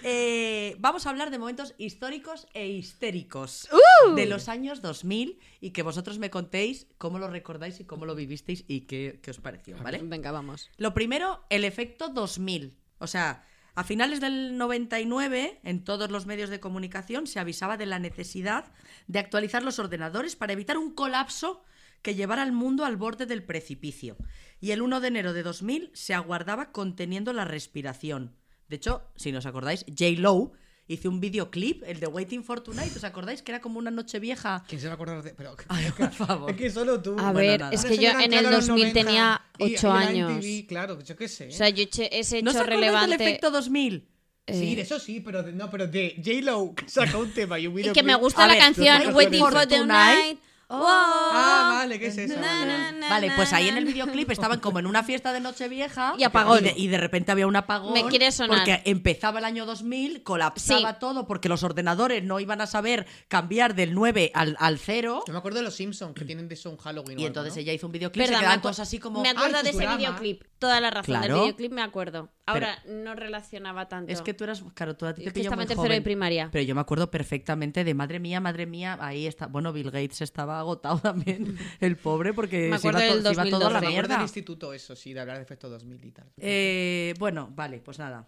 E: eh, vamos a hablar de momentos históricos e histéricos
D: ¡Uh!
E: de los años 2000 y que vosotros me contéis cómo lo recordáis y cómo lo vivisteis y qué, qué os pareció, ¿vale?
D: Venga, vamos.
E: Lo primero, el efecto 2000. O sea, a finales del 99, en todos los medios de comunicación se avisaba de la necesidad de actualizar los ordenadores para evitar un colapso que llevara al mundo al borde del precipicio. Y el 1 de enero de 2000 se aguardaba conteniendo la respiración. De hecho, si nos acordáis, J. Lowe hizo un videoclip, el de Waiting for Tonight, ¿os acordáis? Que era como una noche vieja.
C: ¿Quién se va a acordar de.? Pero,
E: Ay, por
C: [LAUGHS]
E: favor.
C: Es que solo tú.
D: A
E: Bueno,
D: ver,
E: nada.
D: es
C: Una
D: que yo
C: señora
D: en
C: que
D: el
C: habla a los
D: 2000 tenía
C: 90 y-
D: 8
C: y la
D: años.
C: MTV, claro, yo qué sé.
D: O sea, yo he hecho ese
E: ¿eh? ¿No
D: hecho
E: os acordáis
D: relevante. Eh,
E: del efecto 2000?
C: sí, de eso sí, pero de, no, pero de J-Lo que [LAUGHS] saca un tema y un
D: Y
C: videoclip.
D: que me gusta
E: A
D: la
E: ver,
D: canción
C: los Waiting
D: Waiting for
E: for
D: the
E: Tonight.
D: Night.
E: Oh.
D: Wow.
C: Ah, vale, ¿qué es eso?
D: Na, na, na,
E: Vale,
D: na,
E: pues ahí
D: na,
E: en el
D: na.
E: videoclip estaban como en una fiesta de Nochevieja.
D: Y apagón.
E: Y de, y de repente había un apagón.
D: Me quiere sonar.
E: Porque empezaba el año 2000, colapsaba
D: Sí.
E: todo porque los ordenadores no iban a saber cambiar del 9 al, al 0.
C: Yo me acuerdo de los Simpsons que tienen de eso un Halloween.
E: Y
C: o algo,
E: entonces
C: ¿no?
E: ella hizo un videoclip.
D: Perdón,
E: se
D: me,
E: quedaban
D: acu-
E: todos así como.
D: me acuerdo
C: "Ay,
D: de ese
C: Futurama".
D: videoclip. Toda la razón del
E: Claro.
D: videoclip me acuerdo. Ahora no relacionaba tanto.
E: Es que tú eras, claro, tú a ti
D: Es
E: te
D: que
E: pilló
D: estaba
E: muy
D: en tercero de
E: joven.
D: primaria.
E: Pero yo me acuerdo perfectamente de madre mía, madre mía, ahí está. Bueno, Bill Gates estaba agotado [LAUGHS] también, el pobre, porque
D: Me
E: se iba,
D: acuerdo
E: to-
D: del
E: se iba todo
D: 2012.
E: a la
C: Me acuerdo
E: mierda.
C: del instituto, eso sí, de hablar de efecto 2000 y tal.
E: Eh, bueno, vale, pues nada.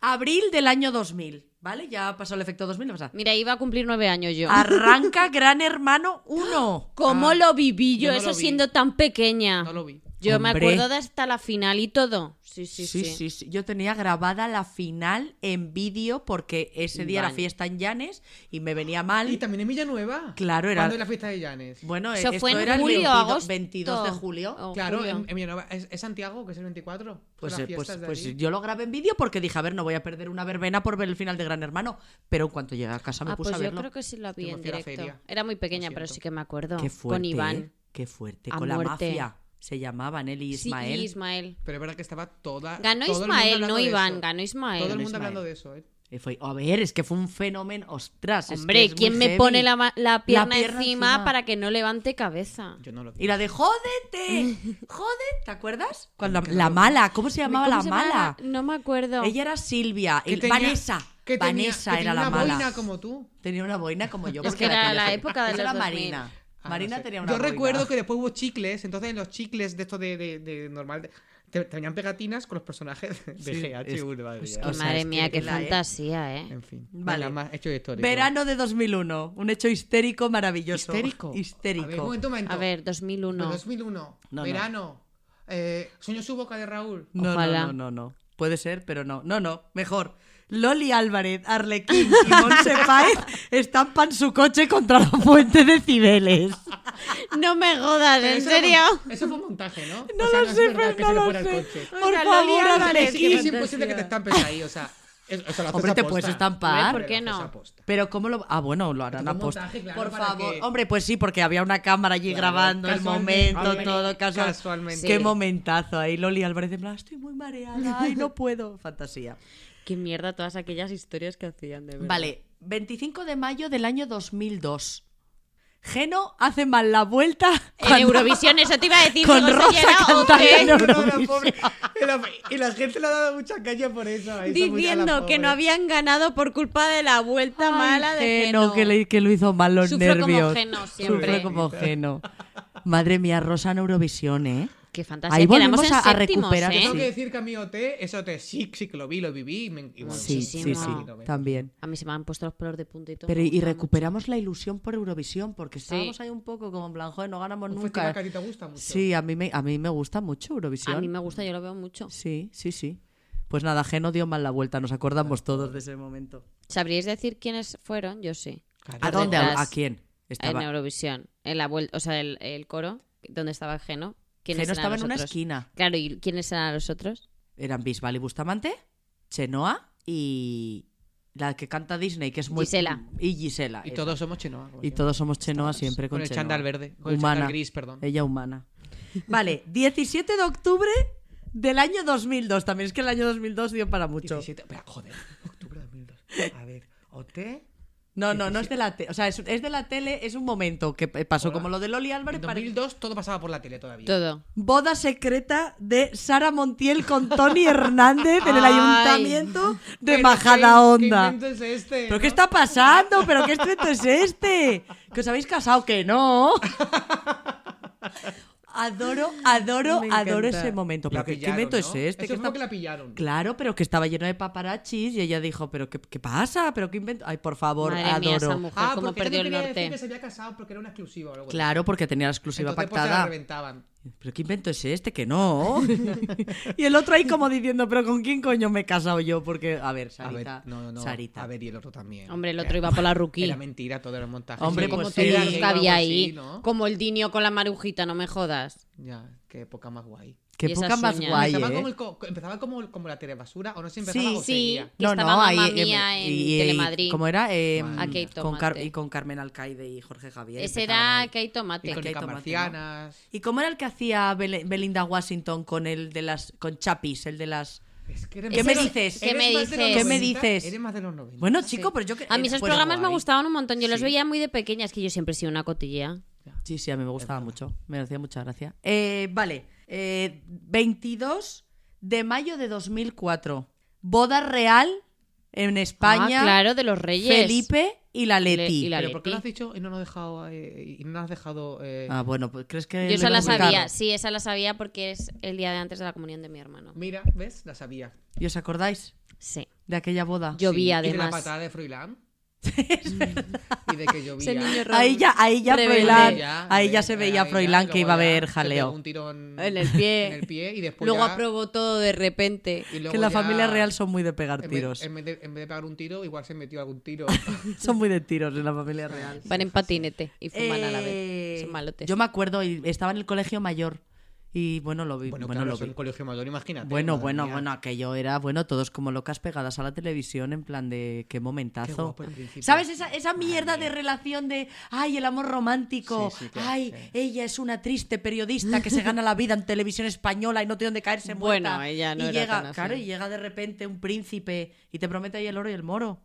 E: Abril del año 2000, ¿vale? Ya pasó el efecto 2000, o sea,
D: Mira, iba a cumplir nueve años yo.
C: Ah,
E: arranca Gran Hermano 1.
D: [GASPS] ¿Cómo lo viví yo,
C: yo no
D: eso
C: lo vi.
D: siendo tan pequeña?
C: No lo vi.
D: Yo me
E: Hombre.
D: acuerdo de hasta la final y todo. Sí, sí, sí.
E: sí. Yo tenía grabada la final en vídeo porque ese día era
D: Vale.
E: fiesta en Llanes y me venía mal.
C: Y también en Villanueva.
E: Claro, era-
C: Cuando es la fiesta de Llanes.
E: Bueno,
D: Eso
E: esto
D: fue en
E: era el
D: julio,
E: 22,
D: agosto. Oh,
E: 22 de julio.
D: O
C: claro,
D: julio.
C: en, en Villanueva. ¿Es, es Santiago, que es el 24? Son
E: Pues,
C: las
E: eh, pues,
C: fiestas de
E: pues
C: allí.
E: yo lo grabé en vídeo porque dije, a ver, no voy a perder una verbena por ver el final de Gran Hermano. Pero en cuanto llegué a casa me
D: Ah,
E: puse
D: pues
E: a
D: yo
E: verlo.
D: creo que sí la vi
C: Yo me
D: en
C: fui a la
D: directo.
C: feria.
D: Era muy pequeña,
C: Lo
D: pero
C: siento.
D: sí que me acuerdo.
E: Qué fuerte,
D: con
E: ¿eh?
D: Iván.
E: Qué fuerte.
D: A
E: Con la
D: muerte.
E: mafia. Se llamaban él y Ismael.
D: Sí, y Ismael.
C: Pero es verdad que estaba toda.
D: Ganó
C: todo el mundo
D: Ismael,
C: hablando
D: no
C: de
D: Iván,
C: eso.
D: ganó Ismael.
C: Todo el
E: Ganó
C: mundo
E: Ismael.
C: hablando de eso, ¿eh?
E: Y fue- a ver, es que fue un fenómeno. Ostras, es
D: Hombre,
E: que es muy
D: ¿quién me
E: heavy.
D: pone la, ma- la pierna,
E: pierna
D: encima,
E: encima.
D: para que no levante cabeza?
C: Yo no lo vi.
E: Y la
D: [LAUGHS]
E: de jódete, jódete, ¿te acuerdas? Cuando
C: Claro.
E: la mala, ¿cómo se llamaba
D: ¿Cómo
E: la
D: se
E: mala?
D: llamaba? No me acuerdo.
E: Ella era Silvia,
C: Que
E: el-
C: tenía-
E: Vanessa.
C: que tenía-
E: Vanessa
C: que
E: era
C: tenía
E: la
C: una
E: mala.
C: boina como tú.
E: Tenía una boina como yo.
D: Es
E: porque
D: que era
E: tenía
D: la
E: esa-
D: época de
E: Esa
D: los
E: era
D: 2000.
E: Marina.
C: Ah, no
E: Marina
C: sé.
E: tenía una
C: Yo
E: boina.
C: recuerdo que después hubo chicles, entonces en los chicles de estos de, de, de normal. de- Te, te venían pegatinas con los personajes de
E: Sí, es-
C: GH1, madre
E: es
C: mía.
E: que- o sea,
D: Madre
E: es que
D: mía, qué
E: la, ¿eh?
D: fantasía, ¿eh?
C: En fin.
E: Vale.
C: Nada más, hecho histórico.
E: Verano de 2001, un hecho histérico maravilloso.
C: Histérico.
E: Histérico.
C: A ver, un momento, un momento.
D: A ver,
C: Pero
D: 2001. [LAUGHS]
C: 2001.
E: No, no.
C: verano. Eh, sueño su boca de Raúl.
E: No, no,
D: Ojalá.
E: no, no, no. Puede ser, pero no. No, no. Mejor. Loli Álvarez, Arlequín y Monse Páez estampan su coche contra la fuente de Cibeles.
D: No me jodas,
C: Pero
D: ¿en
C: eso era
D: serio?
C: mon- Eso fue montaje,
E: [LAUGHS]
C: ¿no?
E: No
C: O sea,
E: lo
C: es
E: sé,
C: verdad
E: Fran,
C: que
E: no
C: se le
E: lo
C: fuera el
E: sé.
C: coche.
E: Por
D: sea, Loli
E: favor,
D: Álvarez,
C: Sí, que
E: Arlequín.
C: es imposible que te estampes ahí, o sea. es- eso lo haces
E: Hombre, te
C: aposta.
E: puedes estampar.
D: Hombre, ¿por qué
C: Lo haces
D: no?
C: aposta.
E: Pero ¿cómo lo...? Ah, bueno, lo harán
C: Como
E: a posta.
C: montaje, claro,
E: Por
C: para
E: favor.
C: que-
E: Hombre, pues sí, porque había una cámara allí
C: Claro,
E: grabando el
C: casualmente,
E: momento,
C: hombre,
E: todo casual.
C: casualmente.
E: Qué
D: Sí.
E: momentazo ahí, Loli Álvarez. En plan, estoy muy mareada, ay, no puedo. Fantasía.
D: Qué mierda todas aquellas historias que hacían, de verdad.
E: Vale, 25 de mayo del año 2002. Geno hace mal la vuelta
D: En
E: cuando- [LAUGHS]
D: Eurovisión, eso te iba a decir.
E: con
D: digo,
E: Rosa
D: Sellera, ¿o [LAUGHS]
E: cantando
D: qué?
C: [LAUGHS]
E: en
H: No, la
E: Eurovisión.
H: pobre- y, la, y la gente le ha dado mucha caña por eso. a esa mucha- a
D: Diciendo
H: la
D: que no
H: pobre.
D: habían ganado por culpa de la vuelta mala de Geno.
E: que, le- que lo hizo mal los
D: Sufro como
E: nervios.
D: Geno siempre.
E: Sufre como Geno. Madre mía, Rosa en Eurovisión, ¿eh?
D: Qué fantasía.
E: Ahí
D: Ahí
E: volvemos
D: volvemos
E: a- a
D: a,
E: recuperar,
D: ¿eh?
C: Tengo
E: sí.
C: que decir que a mí OT, eso OT sí, sí que lo vi, lo viví. y me- y bueno,
E: Sí, sí, sí,
D: Muchísimo.
E: también.
D: A mí se me han puesto los pelos de punta y todo.
E: Pero
D: me
E: y- y
D: gusta mucho.
E: recuperamos la ilusión por Eurovisión, porque estábamos ahí un poco como en plan, joder, no ganamos
C: Un
E: nunca.
C: festival que a ti te gusta mucho.
E: Sí, a mí me, a mí me gusta mucho Eurovisión.
D: A mí me gusta, yo lo veo mucho.
E: Sí, sí, sí. Pues nada, Geno dio mal la vuelta, nos acordamos todos de ese momento.
D: ¿Sabríais decir quiénes fueron? Yo sí.
E: ¿A dónde? ¿A,
D: detrás.
E: a quién? Estaba.
D: En Eurovisión. En la vuelta, o sea, el, el coro, donde estaba Geno. ¿Quiénes
E: Geno
D: eran
E: estaba en
D: los
E: una
D: otros?
E: esquina.
D: Claro, ¿y quiénes eran los otros?
E: Eran Bisbal y Bustamante, Chenoa y la que canta Disney, que es muy...
D: Gisela.
E: Y Gisela.
C: Y
E: esa.
C: todos somos chinoa.
E: Y todos somos Chenoa siempre con,
C: Con el
E: Chenoa.
C: chándal verde, con el
E: humana.
C: chándal gris, perdón.
E: Ella humana. Vale, [LAUGHS] 17 de octubre del año 2002. También es que el año 2002 dio para mucho.
C: 17. Espera, joder. Octubre de 2002. A ver, OT.
E: No, no, no es de la tele. O sea, es, es de la tele, es un momento que p- pasó como lo de Loli Álvarez.
C: En
E: pare-
C: 2002 todo pasaba por la tele todavía.
D: Todo.
E: Boda secreta de Sara Montiel con Tony Hernández en el
D: Ay.
E: ayuntamiento de
C: Pero
E: Majadahonda.
C: ¿Qué invento es este?
E: ¿Pero
C: no?
E: qué está pasando? ¿Pero qué estreno es este? ¿Que os habéis casado? Que no. Adoro, adoro, adoro ese momento.
C: La
E: ¿Pero qué, qué
C: pillaron,
E: invento
C: ¿no?
E: es este?
C: Eso
E: ¿Qué
C: fue
E: está-
C: que la pillaron.
E: Claro, pero que estaba lleno de paparachis y ella dijo, ¿pero qué, qué pasa? ¿Pero qué invento? Ay, por favor,
D: Madre
E: adoro.
D: mía, esa mujer,
C: Ah,
D: cómo
C: porque ella
D: perdió
C: no
D: el
C: quería decir
D: norte.
C: que se había casado porque era una exclusiva o algo así.
E: Claro, porque tenía la exclusiva
C: Entonces, pues, se la
E: pactada.
C: reventaban.
E: ¿Pero qué invento es este?
C: [LAUGHS]
E: Que no. y el otro ahí como diciendo, ¿pero con quién coño me he casado yo? Porque, a ver,
C: A ver,
E: Sarita.
C: no, no, no.
E: Sarita.
C: A ver, y el otro también.
D: Hombre, el
C: Era-
D: otro iba por la ruquí.
C: Era mentira todo el montaje.
E: Hombre,
C: Sí,
E: pues
C: como
E: sí.
C: todo
E: Algo
D: que había ahí.
C: así, ¿no?
D: Como el Dinio con la marujita, no me jodas.
C: Ya, qué época más guay.
E: Qué
D: y esas
E: poca más
D: uñas.
E: guay,
C: Empezaba,
E: ¿eh?
C: como el co- empezaba como, el- como la telebasura, o no sé, empezaba o
D: sí,
C: seguía.
D: que estaba Mamma Mía en Telemadrid.
E: ¿Cómo era? Eh,
C: Madre
E: mm,
C: A
D: Kate
E: con Car-
D: Tomate.
E: y con Carmen Alcaide y Jorge Javier.
D: Ese
E: empezaban
D: era
E: ahí.
D: que hay tomate.
C: Y
E: Con
C: crónicas
E: Keito Martín,
C: marcianas.
E: ¿Y cómo era el que hacía Bel- Belinda Washington con el de las con Chapis, el de las
C: Es que eres
E: ¿Qué
C: más
E: me
C: de los-
E: dices?
D: ¿Qué
C: eres
D: me
C: más de los
D: dices?
E: ¿Qué me
C: 90,
E: dices?
C: Eres más de los 90.
E: Bueno, chico, pero yo que-
D: A mí esos
E: pues,
D: programas me
E: guay.
D: gustaban un montón. Yo los
C: Sí.
D: veía muy de pequeña. Es que yo siempre he sido una cotilla.
E: Sí, sí, a mí me gustaba mucho. Me hacía mucha gracia. Eh, vale. Eh, 22 de mayo de 2004. Boda real en España.
D: Ah, claro, de los Reyes.
E: Felipe y la Leti.
D: Le- y la-
C: Pero ¿por qué
D: Leti.
C: lo has dicho y no nos has dejado, eh, y no nos has dejado eh,
E: Ah, bueno, pues crees que.
D: Yo
E: lo
D: esa la
E: hemos buscado?
D: sabía. Sí, esa la sabía porque es el día de antes de la comunión de mi hermano.
C: Mira, ¿ves? La sabía.
E: ¿Y os acordáis
D: Sí.
E: de aquella boda?
D: Yo
C: ¿Y
D: vi
C: de la
D: además. [LAUGHS]
C: patada de Froilán? y de que llovía.
D: Ese niño ro-
E: Ahí ya, ahí ya
D: Rebelde.
E: Froilán,
C: Ya,
E: ahí ya
C: ves,
E: se veía
C: ahí ya,
E: Froilán que
C: luego
E: iba a
C: ya
E: haber
C: se pegó
E: jaleo.
C: Un tirón
D: En el pie.
C: en el pie y después
D: Luego
C: ya-
D: aprobó todo de repente.
C: y luego
E: Que la
C: ya-
E: familia real son muy de pegar
C: en vez-
E: tiros.
C: En vez, de, en vez de pegar un tiro, igual se metió algún
E: [LAUGHS]
C: tiro.
E: Son muy de tiros en la familia real.
D: Van en patinete y fuman a la
E: Eh,
D: vez. Son malotes.
E: Yo me acuerdo, y estaba en el colegio mayor y bueno, lo vi. Bueno,
C: bueno, claro,
E: lo
C: es
E: vi.
C: un colegio mayor, imagínate.
E: Bueno,
C: madre
E: bueno,
C: mía.
E: bueno, aquello era, bueno, todos como locas pegadas a la televisión en plan de qué momentazo.
C: Qué guapo el principio.
E: ¿Sabes? Esa, esa mierda de relación de, ay, el amor romántico,
C: Sí, sí, claro,
E: ay,
C: sí.
E: ella es una triste periodista que se gana la vida en televisión española y no tiene donde caerse
D: Bueno,
E: muerta.
D: ella no
E: y
D: era
E: llega,
D: tan así.
E: claro, y llega de repente un príncipe y te promete ahí el oro y el moro.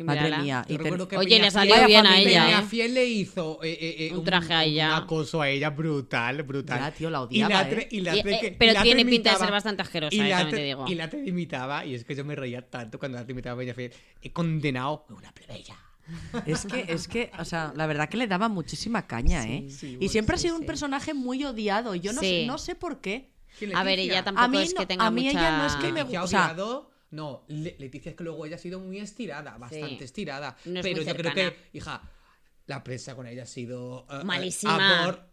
D: Y
E: Madre
D: mírala.
E: mía.
C: Yo
E: y te-
C: recuerdo que
D: Oye,
C: Peña
D: le salió
C: Fiel-
D: bien a
E: ella,
C: Peña
D: ¿eh?
C: Fiel le hizo eh, eh, eh,
D: Un traje a ella.
C: Un acoso a ella brutal, brutal.
E: Ya, tío, la
C: Y
E: odiaba,
C: la tre-
E: ¿eh?
C: y la
D: Y,
C: tre-
D: eh,
C: que-
D: pero
C: y la
D: tiene
C: tre
D: pinta de
C: imitaba.
D: ser bastante asquerosa,
C: Y
D: eh,
C: la,
D: también
C: tre-
D: te digo.
C: y la te imitaba, y es que yo me reía tanto cuando la te imitaba Peña Fiel. He condenado a una plebeya.
E: Es que, es que, o sea, la verdad que le daba muchísima caña, ¿eh?
C: sí,
E: y
C: bueno,
E: siempre ha
C: sí,
E: sido un
C: sí.
E: personaje muy odiado. Yo no,
D: Sí.
E: sé, no sé por qué.
C: ¿Quién,
D: A ver,
C: Leticia?
D: ella tampoco
E: A mí
D: es que
E: no-
D: tenga
E: a mí
D: mucha...
E: ella no es que me-
C: Leticia
E: o sea-
C: odiado. No, Le- Leticia es que luego ella ha sido muy estirada, bastante estirada.
D: No es
C: pero
D: muy
C: yo creo que,
D: cercana.
C: hija, la prensa con ella ha sido. eh, eh,
D: Malísima.
C: amor.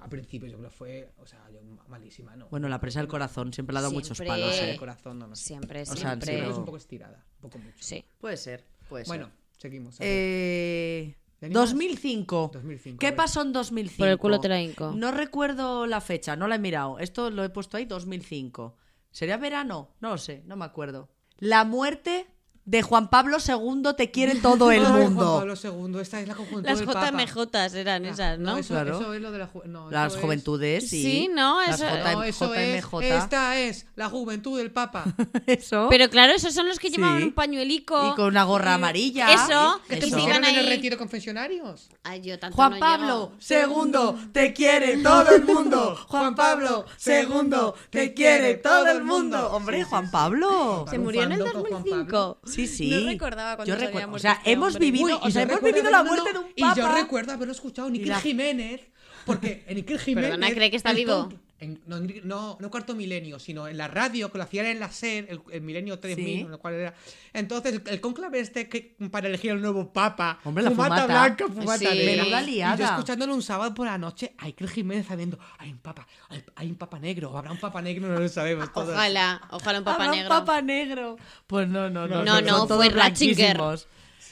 C: Al principio yo creo que fue. O sea, yo, malísima, ¿no?
E: Bueno, la presa del corazón siempre le ha dado muchos
D: Siempre.
E: palos,
C: Prensa
E: ¿eh?
C: de corazón, no, no sé.
D: [LAUGHS] Siempre,
E: sea,
D: siempre.
E: sí,
C: Creo que
E: pero-
C: es un poco estirada, un poco mucho.
D: Sí.
E: Puede ser, puede ser.
C: Bueno, seguimos. a ver.
E: Eh,
C: ¿Te animas?
E: 2005.
C: 2005, a
E: ¿Qué
C: ver.
E: pasó en 2005?
D: Por el culo te la hinco.
E: No recuerdo la fecha, no la he mirado. Esto lo he puesto ahí 2005. ¿Sería verano? No lo sé, no me acuerdo. La muerte de Juan Pablo II te quiere todo el
C: [LAUGHS] Ay, Juan
E: mundo.
C: Pablo II, esta es la conjuntura
D: Las
C: del Papa.
D: JMJ eran esas, ¿no?
C: No, Ah, eso,
E: Claro.
C: eso es lo de la ju- no,
E: Las
C: eso es-
E: juventudes, sí.
D: pues, Sí, no,
E: Las
D: eso-
E: J-
C: No, eso es.
E: JMJ.
C: Esta es la juventud del Papa.
E: [LAUGHS] Eso.
D: Pero claro, esos son los que
E: Sí.
D: llevaban un pañuelico.
E: y con una gorra amarilla.
D: Eso, que te pusieron
E: Eso.
C: ¿Pusieron en el
D: ahí-
C: retiro confesionarios?
D: Ay, yo tanto
E: Juan
D: no
E: Pablo
D: llego.
E: segundo te quiere todo el mundo. Juan Pablo segundo te quiere todo el mundo. Hombre, Juan Pablo.
D: Se murió en el
C: Bufando con Juan
D: 2005
E: Sí, sí.
D: No recordaba cuando se
E: Yo
D: había
E: recuerdo- O
D: muerto
E: sea,
D: este
E: hemos
D: hombre.
E: vivido,
C: Uy,
E: o
C: y yo
E: sea, hemos
C: recuerdo
E: vivido la
C: haberlo-
E: muerte de un
C: Y
E: papa.
C: yo recuerdo haberlo escuchado Nicky
E: la-
C: Jiménez, porque en Nicky Jiménez...
D: Perdona, ¿cree que está
C: el
D: vivo?
C: con- en- no, en- no, no cuarto milenio, sino en la radio, que lo hacían en la SER, el, el milenio 3000,
E: Sí.
C: no sé cuál era. Entonces, el, el cónclave este que, para elegir al nuevo papa,
E: Hombre, la
C: fumata,
E: fumata.
C: blanca, fumata
D: Sí.
C: negra.
E: Menuda
C: Y yo
E: liada.
C: escuchándolo un sábado por la noche, a Iker Jiménez sabiendo, hay un papa, hay, hay un papa negro, habrá un papa negro, [LAUGHS] no lo sabemos todos.
D: Ojalá, ojalá un papa
E: Habrá un
D: negro.
E: papa negro. Pues no, no, no.
D: No, no,
E: son todos
D: fue Ratzinger.
E: blanquísimos.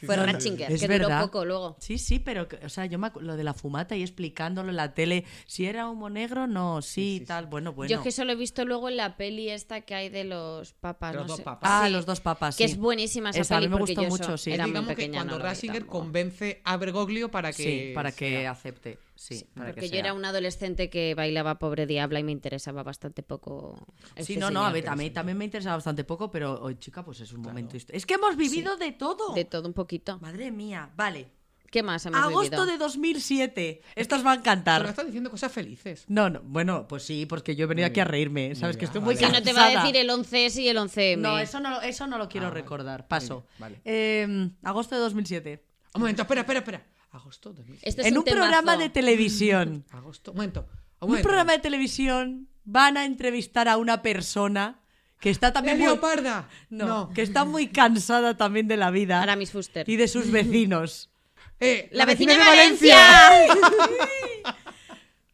D: Fue Ratzinger,
E: Es
D: que
E: verdad.
D: duró poco luego.
E: Sí, sí, pero que- o sea, yo me acu- lo de la fumata y explicándolo en la tele, si era humo negro, no, sí, tal, bueno, bueno.
D: Yo es que eso lo he visto luego en la peli esta que hay de los papas.
C: Los
D: no
C: dos
D: sé.
C: papas.
E: Ah,
D: Sí,
E: los dos papas.
D: Que
E: sí.
D: es buenísima esa,
E: Esa, a mí
D: peli
E: me
D: porque
E: gustó
D: yo
E: mucho,
D: eso
E: sí.
D: era
C: Es
D: muy
C: digamos que
D: pequeña.
C: cuando
D: no lo vi
C: Ratzinger
D: tampoco.
C: convence a Bergoglio para que...
E: Sí, para que
C: sea.
E: acepte. Sí, para que
D: Porque yo
E: sea.
D: era un adolescente que bailaba pobre diabla y me interesaba bastante poco.
E: Sí,
D: este
E: no, no, a
D: señor.
E: ver, a mí también me interesaba bastante poco, pero hoy, chica, pues es un momento. hist- Es que hemos vivido de todo.
D: De todo un poquito.
E: Madre mía, vale.
D: ¿Qué más hemos
E: Agosto
D: vivido?
E: de 2007. Estas van a
C: Pero
E: encantar.
C: estás diciendo cosas felices.
E: No, no, bueno, pues sí, porque yo he venido aquí a reírme, ¿sabes? que estoy muy
D: Que
E: cansada.
D: no te va a decir el 11S y el 11M.
E: No, eso no, lo- eso no lo quiero recordar. Paso.
C: Muy bien, vale.
E: Eh, agosto de 2007.
C: Un momento, espera, espera, espera. Agosto 2006.
D: Este es
E: en un,
D: temazo.
E: programa de
D: Mm.
E: televisión.
D: Ah,
C: Agosto. Un momento. Un
E: en un
C: momento.
E: programa de televisión van a entrevistar a una persona que está
C: ¡La
E: también muy,
C: leoparda!
E: no,
C: No.
E: que está muy cansada también de la vida
D: Aramis Fuster.
E: y
D: [LAUGHS]
E: de sus vecinos.
C: Eh,
D: ¡La vecina de Valencia!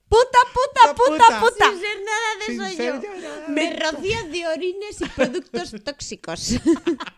E: Puta, puta,
C: La
E: puta,
C: puta.
E: puta.
D: Sin ser nada de
C: Sin
D: eso
C: ser
D: yo.
C: yo nada.
D: Me rocía de orines y
E: [LAUGHS]
D: productos tóxicos.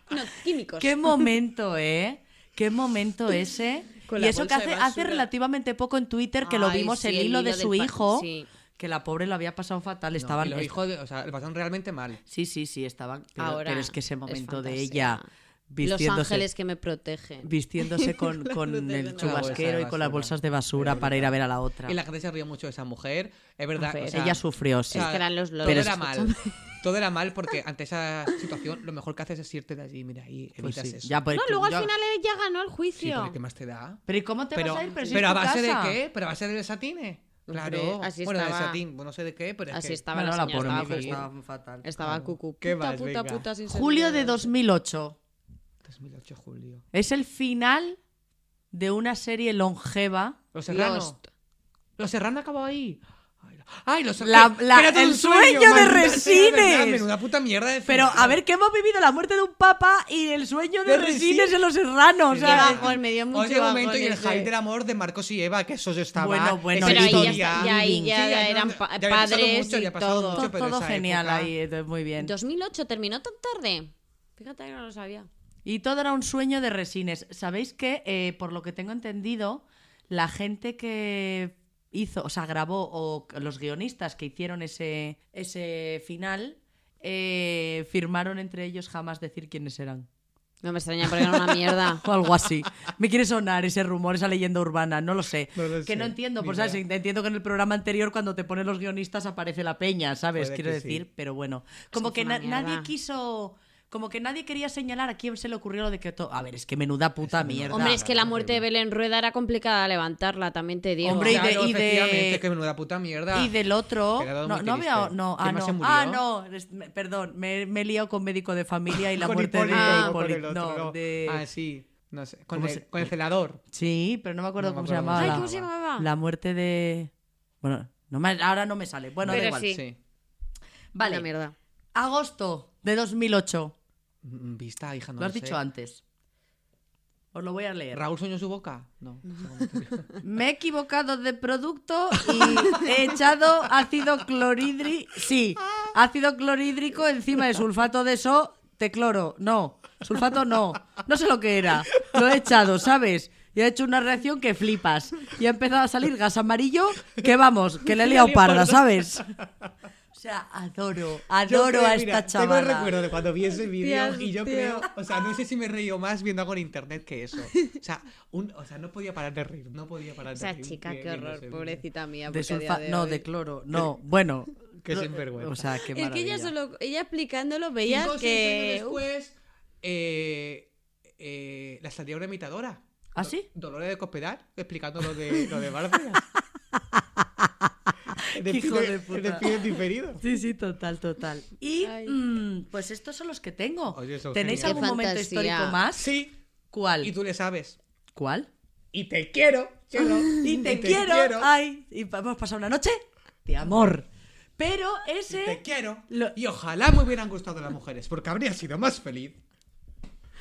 D: no, químicos.
E: Qué momento, ¿eh? Qué momento ese.
D: [LAUGHS] Con
E: y
D: la
E: eso que
D: bolsa de
E: hace, hace
D: basura.
E: relativamente poco en Twitter, que lo
D: Ay,
E: vimos
D: sí,
E: el
D: el
E: hilo de
D: hilo
E: su
D: del pa-
E: hijo,
D: sí.
E: que la pobre lo había pasado fatal.
C: Estaban
E: estaban,
C: los hijos, de- o sea, lo pasaron realmente mal.
E: Sí, sí, sí, estaban. Pero,
D: Ahora
E: pero es que ese
D: es
E: momento de
D: fantasía.
E: ella
D: Los
E: vistiéndose,
D: ángeles que me protegen.
E: vistiéndose con, con
D: luces de
E: el
D: la
C: bolsa
E: chubasquero
C: de
E: y con las
C: basura.
E: bolsas de basura para ir a ver a la otra.
C: Y la gente se rió mucho de esa mujer. Es verdad.
D: ver,
C: o sea,
E: Ella sufrió,
C: o
E: sí.
C: sea,
D: Es que eran los
C: Todo
D: loros,
C: era mal. Todo era mal porque ante esa situación lo mejor que haces es irte de allí, mira, y
E: Pues
C: evitas
E: sí,
C: eso.
E: ya, pues,
D: No, luego al
E: ya-
D: final ella ganó el
C: Sí,
D: juicio.
C: pero ¿qué más te da?
E: Pero ¿y cómo te
C: Pero,
E: vas a ir? Pero, si
C: pero
E: es
C: a
E: tu
C: base
E: casa.
C: de qué? ¿Pero a base de desatine? Claro.
D: Hombre, así
C: bueno, de
D: estaba.
C: desatín, bueno, no sé de qué, pero es
D: Así
C: que-
D: estaba
E: Bueno,
D: la
E: la
D: señora. estaba
E: pobre mujer
D: fatal.
E: estaba fatal.
D: Estaba cucu.
C: ¿Qué
D: puta,
C: más?
D: puta,
C: Venga.
D: puta, sin ser
E: Julio
D: nada
E: de 2008.
C: 2008, julio.
E: Es el final de una serie longeva.
C: Los
D: Lost.
C: Serrano. Los Serrano acabó ahí. Ay, los
E: La-
C: que-
E: la-
C: que era todo
E: el
C: un
E: sueño de
C: maldita sea, de verdad,
E: Resines.
C: Menuda puta mierda de
E: Pero
C: película.
E: a ver, que hemos vivido la muerte de un papa y el sueño de,
C: De
E: Resines
C: Resines.
E: en los serranos.
I: Qué
E: ¿sabes?
I: bajón, me dio mucho
C: Hoy de momento
I: bajón
C: y el
I: ese.
C: hype del amor de Marcos y Eva, que eso ya estaba.
E: Bueno,
C: esa
E: bueno,
D: Pero ahí ya,
C: historia.
D: está- ya ahí
E: Sí,
D: ya
C: ya
D: eran
C: no-
D: pa-
C: ya había pasado
D: padres
C: mucho,
D: y
C: ya ha pasado
D: todo.
E: Todo,
C: mucho, pero
E: todo
C: esa
E: genial
C: época-
E: ahí, entonces, muy bien.
D: 2008 terminó tan tarde. Fíjate que no lo sabía.
E: Y todo era un sueño de resines. ¿Sabéis que, eh, por lo que tengo entendido, la gente que hizo, o sea, grabó, o los guionistas que hicieron ese, ese final, eh, firmaron entre ellos jamás decir quiénes eran?
D: No me extraña porque era una mierda.
E: [LAUGHS] O algo así. Me quiere sonar ese rumor, esa leyenda urbana, no lo sé.
C: No lo
E: que
C: sé,
E: no entiendo,
C: ni
E: pues ¿sabes?
C: idea.
E: entiendo que en el programa anterior cuando te ponen los guionistas aparece la peña, ¿sabes?
C: Puede
E: Quiero
C: que sí.
E: decir, pero bueno. Como
D: que
E: que,
D: fue una
E: na- nadie
D: mierda.
E: quiso... Como que nadie quería señalar a quién se le ocurrió lo de que todo... A ver, es que menuda puta mierda.
D: [LAUGHS] Hombre, es que la muerte de Belén Rueda era complicada levantarla, también te digo.
E: Hombre, y de-
C: Claro,
E: y de-
C: efectivamente, que menuda puta mierda.
E: Y del otro...
C: Quedado
E: No,
C: muy
E: no
C: triste.
E: había... No, ah,
C: ¿Quién más se
E: no.
C: murió?
E: Ah, no. es- me- perdón, me, me he liado con médico de familia y
C: [LAUGHS]
E: la
J: Con
E: muerte de...
J: Hipólito,
E: Ah,
J: con el
E: Hipólito,
J: otro,
E: no,
J: no.
E: de-
C: Ah, sí. No sé. Con
E: ¿Cómo
C: el,
E: se-
C: con el celador.
E: Sí, pero no me acuerdo
C: No me
E: cómo
C: acuerdo
E: se llamaba.
D: Ay,
E: la-
D: ¿cómo se llamaba?
E: La muerte de. Bueno, no me- ahora no me sale. Bueno, da
D: Pero
E: igual.
D: sí.
E: Vale.
D: Una mierda.
E: Agosto de 2008.
C: Mm, Vista, hija, no
E: lo has
C: sé.
E: dicho antes. Os lo voy a leer.
C: ¿Raúl soñó su boca? No.
E: Me he equivocado de producto y he echado ácido clorhídrico. Sí, ácido clorhídrico encima de sulfato de so, tecloro. No, sulfato no. No sé lo que era. Lo he echado, ¿sabes? Y ha hecho una reacción que flipas. Y ha empezado a salir gas amarillo que vamos, que le he liado parda, ¿sabes? O sea, adoro,
J: Yo
E: adoro
J: creo,
E: a
J: mira,
E: esta
J: Tengo el
E: chavala.
J: recuerdo de cuando vi ese vídeo y yo creo...
C: O sea, no sé si me he reído más viendo algo en internet que eso. O sea, un- o sea no podía parar de reír. No podía parar de
D: Esa
C: reír.
D: chica,
C: vi-
D: qué
C: viendo
D: horror,
C: ese vídeo.
D: pobrecita mía.
E: De
D: porque a día
E: sulfa-
D: de
E: no,
D: hoy-
E: de cloro, no, bueno.
J: [LAUGHS] Que
E: lo-
J: sinvergüenza.
E: O sea, qué
D: Es que ella
E: maravilla.
D: solo, ella explicándolo veía
C: Cinco o
D: que.
C: seis años después, eh, eh, la salía una imitadora.
E: ¿Ah, sí?
C: Do- Dolores de Cospedal, explicando lo de, lo de
E: [LAUGHS]
C: Bárcenas.
E: Hijo de puta.
J: despido en diferido.
E: Sí, sí, total, total. Y
D: Ay.
E: mm, pues estos son los que tengo.
C: Oye, son
E: ¿Tenéis
D: geniales.
E: algún
D: Qué
E: momento
D: fantasía.
E: histórico más?
C: Sí,
E: ¿Cuál?
C: y tú le sabes.
E: ¿Cuál?
J: Y te quiero. quiero.
E: [LAUGHS] Y te, quiero. Ay, y pa- hemos pasado una noche de amor. Pero ese.
C: Te quiero.
E: Lo-
C: Y ojalá me hubieran gustado las mujeres, porque habría sido más feliz.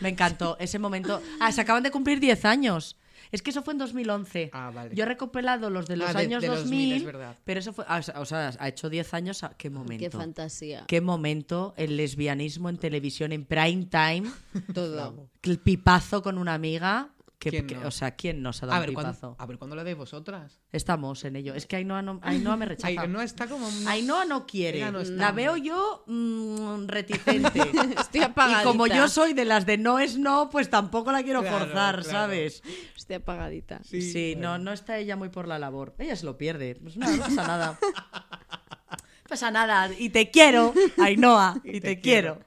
E: Me encantó ese momento. Ah, se acaban de cumplir 10 años. Es que eso fue en 2011.
C: Ah, vale.
E: Yo he recopilado los de los
C: Ah, de-
E: años
C: de
E: 2000,
C: 2000, es verdad.
E: pero eso fue, ah, o sea- o sea, ha hecho 10 años, ah, qué momento.
D: Qué fantasía.
E: Qué momento el lesbianismo en televisión en prime time,
D: Todo.
E: el pipazo con una amiga, que,
C: ¿Quién
E: que-
C: no?
E: o sea, quién nos ha dado
C: A
E: un
C: ver,
E: pipazo?
C: ¿cuándo, a ver, ¿cuándo la de vosotras?
E: Estamos en ello. Es que Ainhoa no, Ainhoa me
C: Ay,
E: rechaza.
C: no está como...
E: Ainhoa no quiere.
C: Ella no está.
E: la veo yo mm, reticente.
D: [LAUGHS] Estoy
E: y
D: apagadita.
E: como yo soy de las de no es no, pues tampoco la quiero
C: Claro,
E: forzar,
C: claro.
E: ¿sabes?
D: Estoy apagadita.
E: Sí, no, no está ella muy por la labor. Ella se lo pierde. Pues nada, no pasa nada. No pasa nada. Y te quiero, Ainhoa. Y, te, quiero.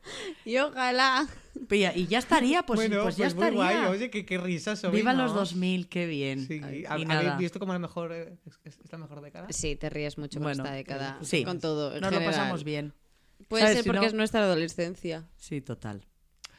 D: Y ojalá.
E: Pilla, Y ya estaría, pues,
J: bueno,
E: pues ya
J: muy
E: estaría.
J: guay. Oye, qué, qué risas hoy,
E: Viva
J: ¿no?
E: los 2000, qué bien.
J: Sí,
E: Ay,
J: ¿hab-
E: y
J: ¿Habéis
E: nada.
J: visto como la mejor, eh, es, es- es la mejor década?
D: Sí, te ríes mucho con
E: Bueno, eh,
D: esta década.
E: sí.
D: Con todo. en
E: Nos lo
D: general.
E: pasamos bien.
D: Puede
E: ¿Sabes?
D: ser
E: Si
D: porque
E: no-
D: es nuestra adolescencia.
E: Sí, total.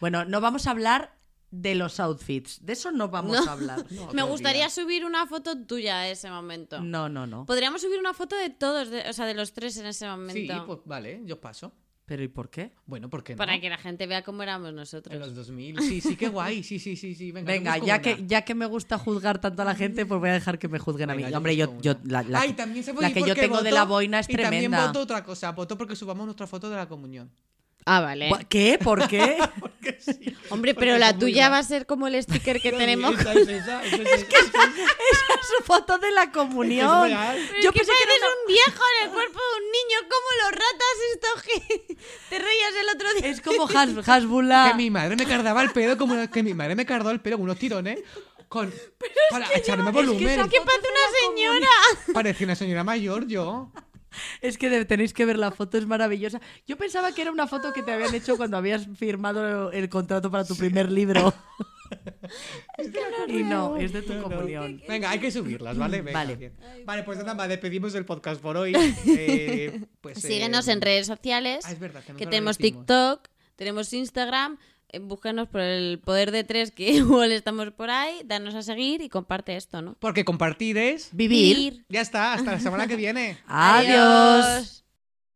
E: Bueno, no vamos a hablar de los outfits. De eso no vamos [LAUGHS] a hablar.
D: Me gustaría subir una foto tuya de ese momento.
E: Oh, No, no, no.
D: Podríamos subir una foto de todos, de- o sea, de los tres en ese momento.
C: Sí, pues vale, yo paso.
E: ¿Pero y por qué?
C: Bueno, ¿por qué no?
D: Para que la gente vea cómo éramos nosotros.
C: En los 2000. Sí, sí, qué guay. Sí, sí, sí, sí. Venga, yo
E: Venga,
C: busco
E: ya
C: una.
E: que, ya que me gusta juzgar tanto a la gente, pues voy a dejar que me juzguen a
C: Venga,
E: mí.
C: yo
E: Hombre, yo,
C: busco
E: yo
C: una.
E: la, la
C: Ay,
E: que-
C: también se
E: la que yo tengo de la boina es
C: Y
E: tremenda.
C: también voto otra cosa. Voto porque subamos nuestra foto de la comunión.
D: Ah, vale.
E: Gua- ¿Qué? [LAUGHS] ¿Por qué?
J: Porque sí.
D: Hombre,
J: Porque
D: pero la
J: son muy
D: tuya va a
J: guapas.
D: ser como el sticker
E: [LAUGHS]
D: que
J: No,
D: tenemos. [LAUGHS]
J: esa es esa, esa es esa.
E: Esa es su foto de la comunión.
J: Es real.
E: Yo
D: que
E: pensé
D: pareces
E: que era una-
D: un viejo en el cuerpo de un niño, como los ratas estos que [LAUGHS] te reías el otro día. [LAUGHS]
E: Es como Has-
D: Ah.
E: Hasbula.
C: Que mi madre me cardaba el pelo como una- que mi madre me cardó el pelo con unos tirones con para echarme volumen.
D: Es que parece una señora.
C: Parecía una señora mayor yo.
E: Es que de- tenéis que ver la foto, es maravillosa. Yo pensaba que era una foto que te habían hecho cuando habías firmado el contrato para tu primer [LAUGHS] libro. y no, es de tu comunión.
C: Venga, hay que subirlas, ¿vale? Venga,
E: Vale.
C: bien.
J: Vale, pues nada más, despedimos el podcast por
D: [LAUGHS]
J: hoy. Eh,
C: Pues, eh,
D: Síguenos en redes sociales,
C: ah, es verdad, que
D: que,
C: nunca lo
D: tenemos
C: decimos.
D: TikTok, tenemos Instagram, eh, búsquenos por el poder de tres, que [LAUGHS] igual estamos por ahí, danos a seguir y comparte esto, ¿no?
C: Porque compartir es.
E: Vivir.
D: Vivir. [LAUGHS]
C: Ya está, hasta la semana que viene.
E: Adiós.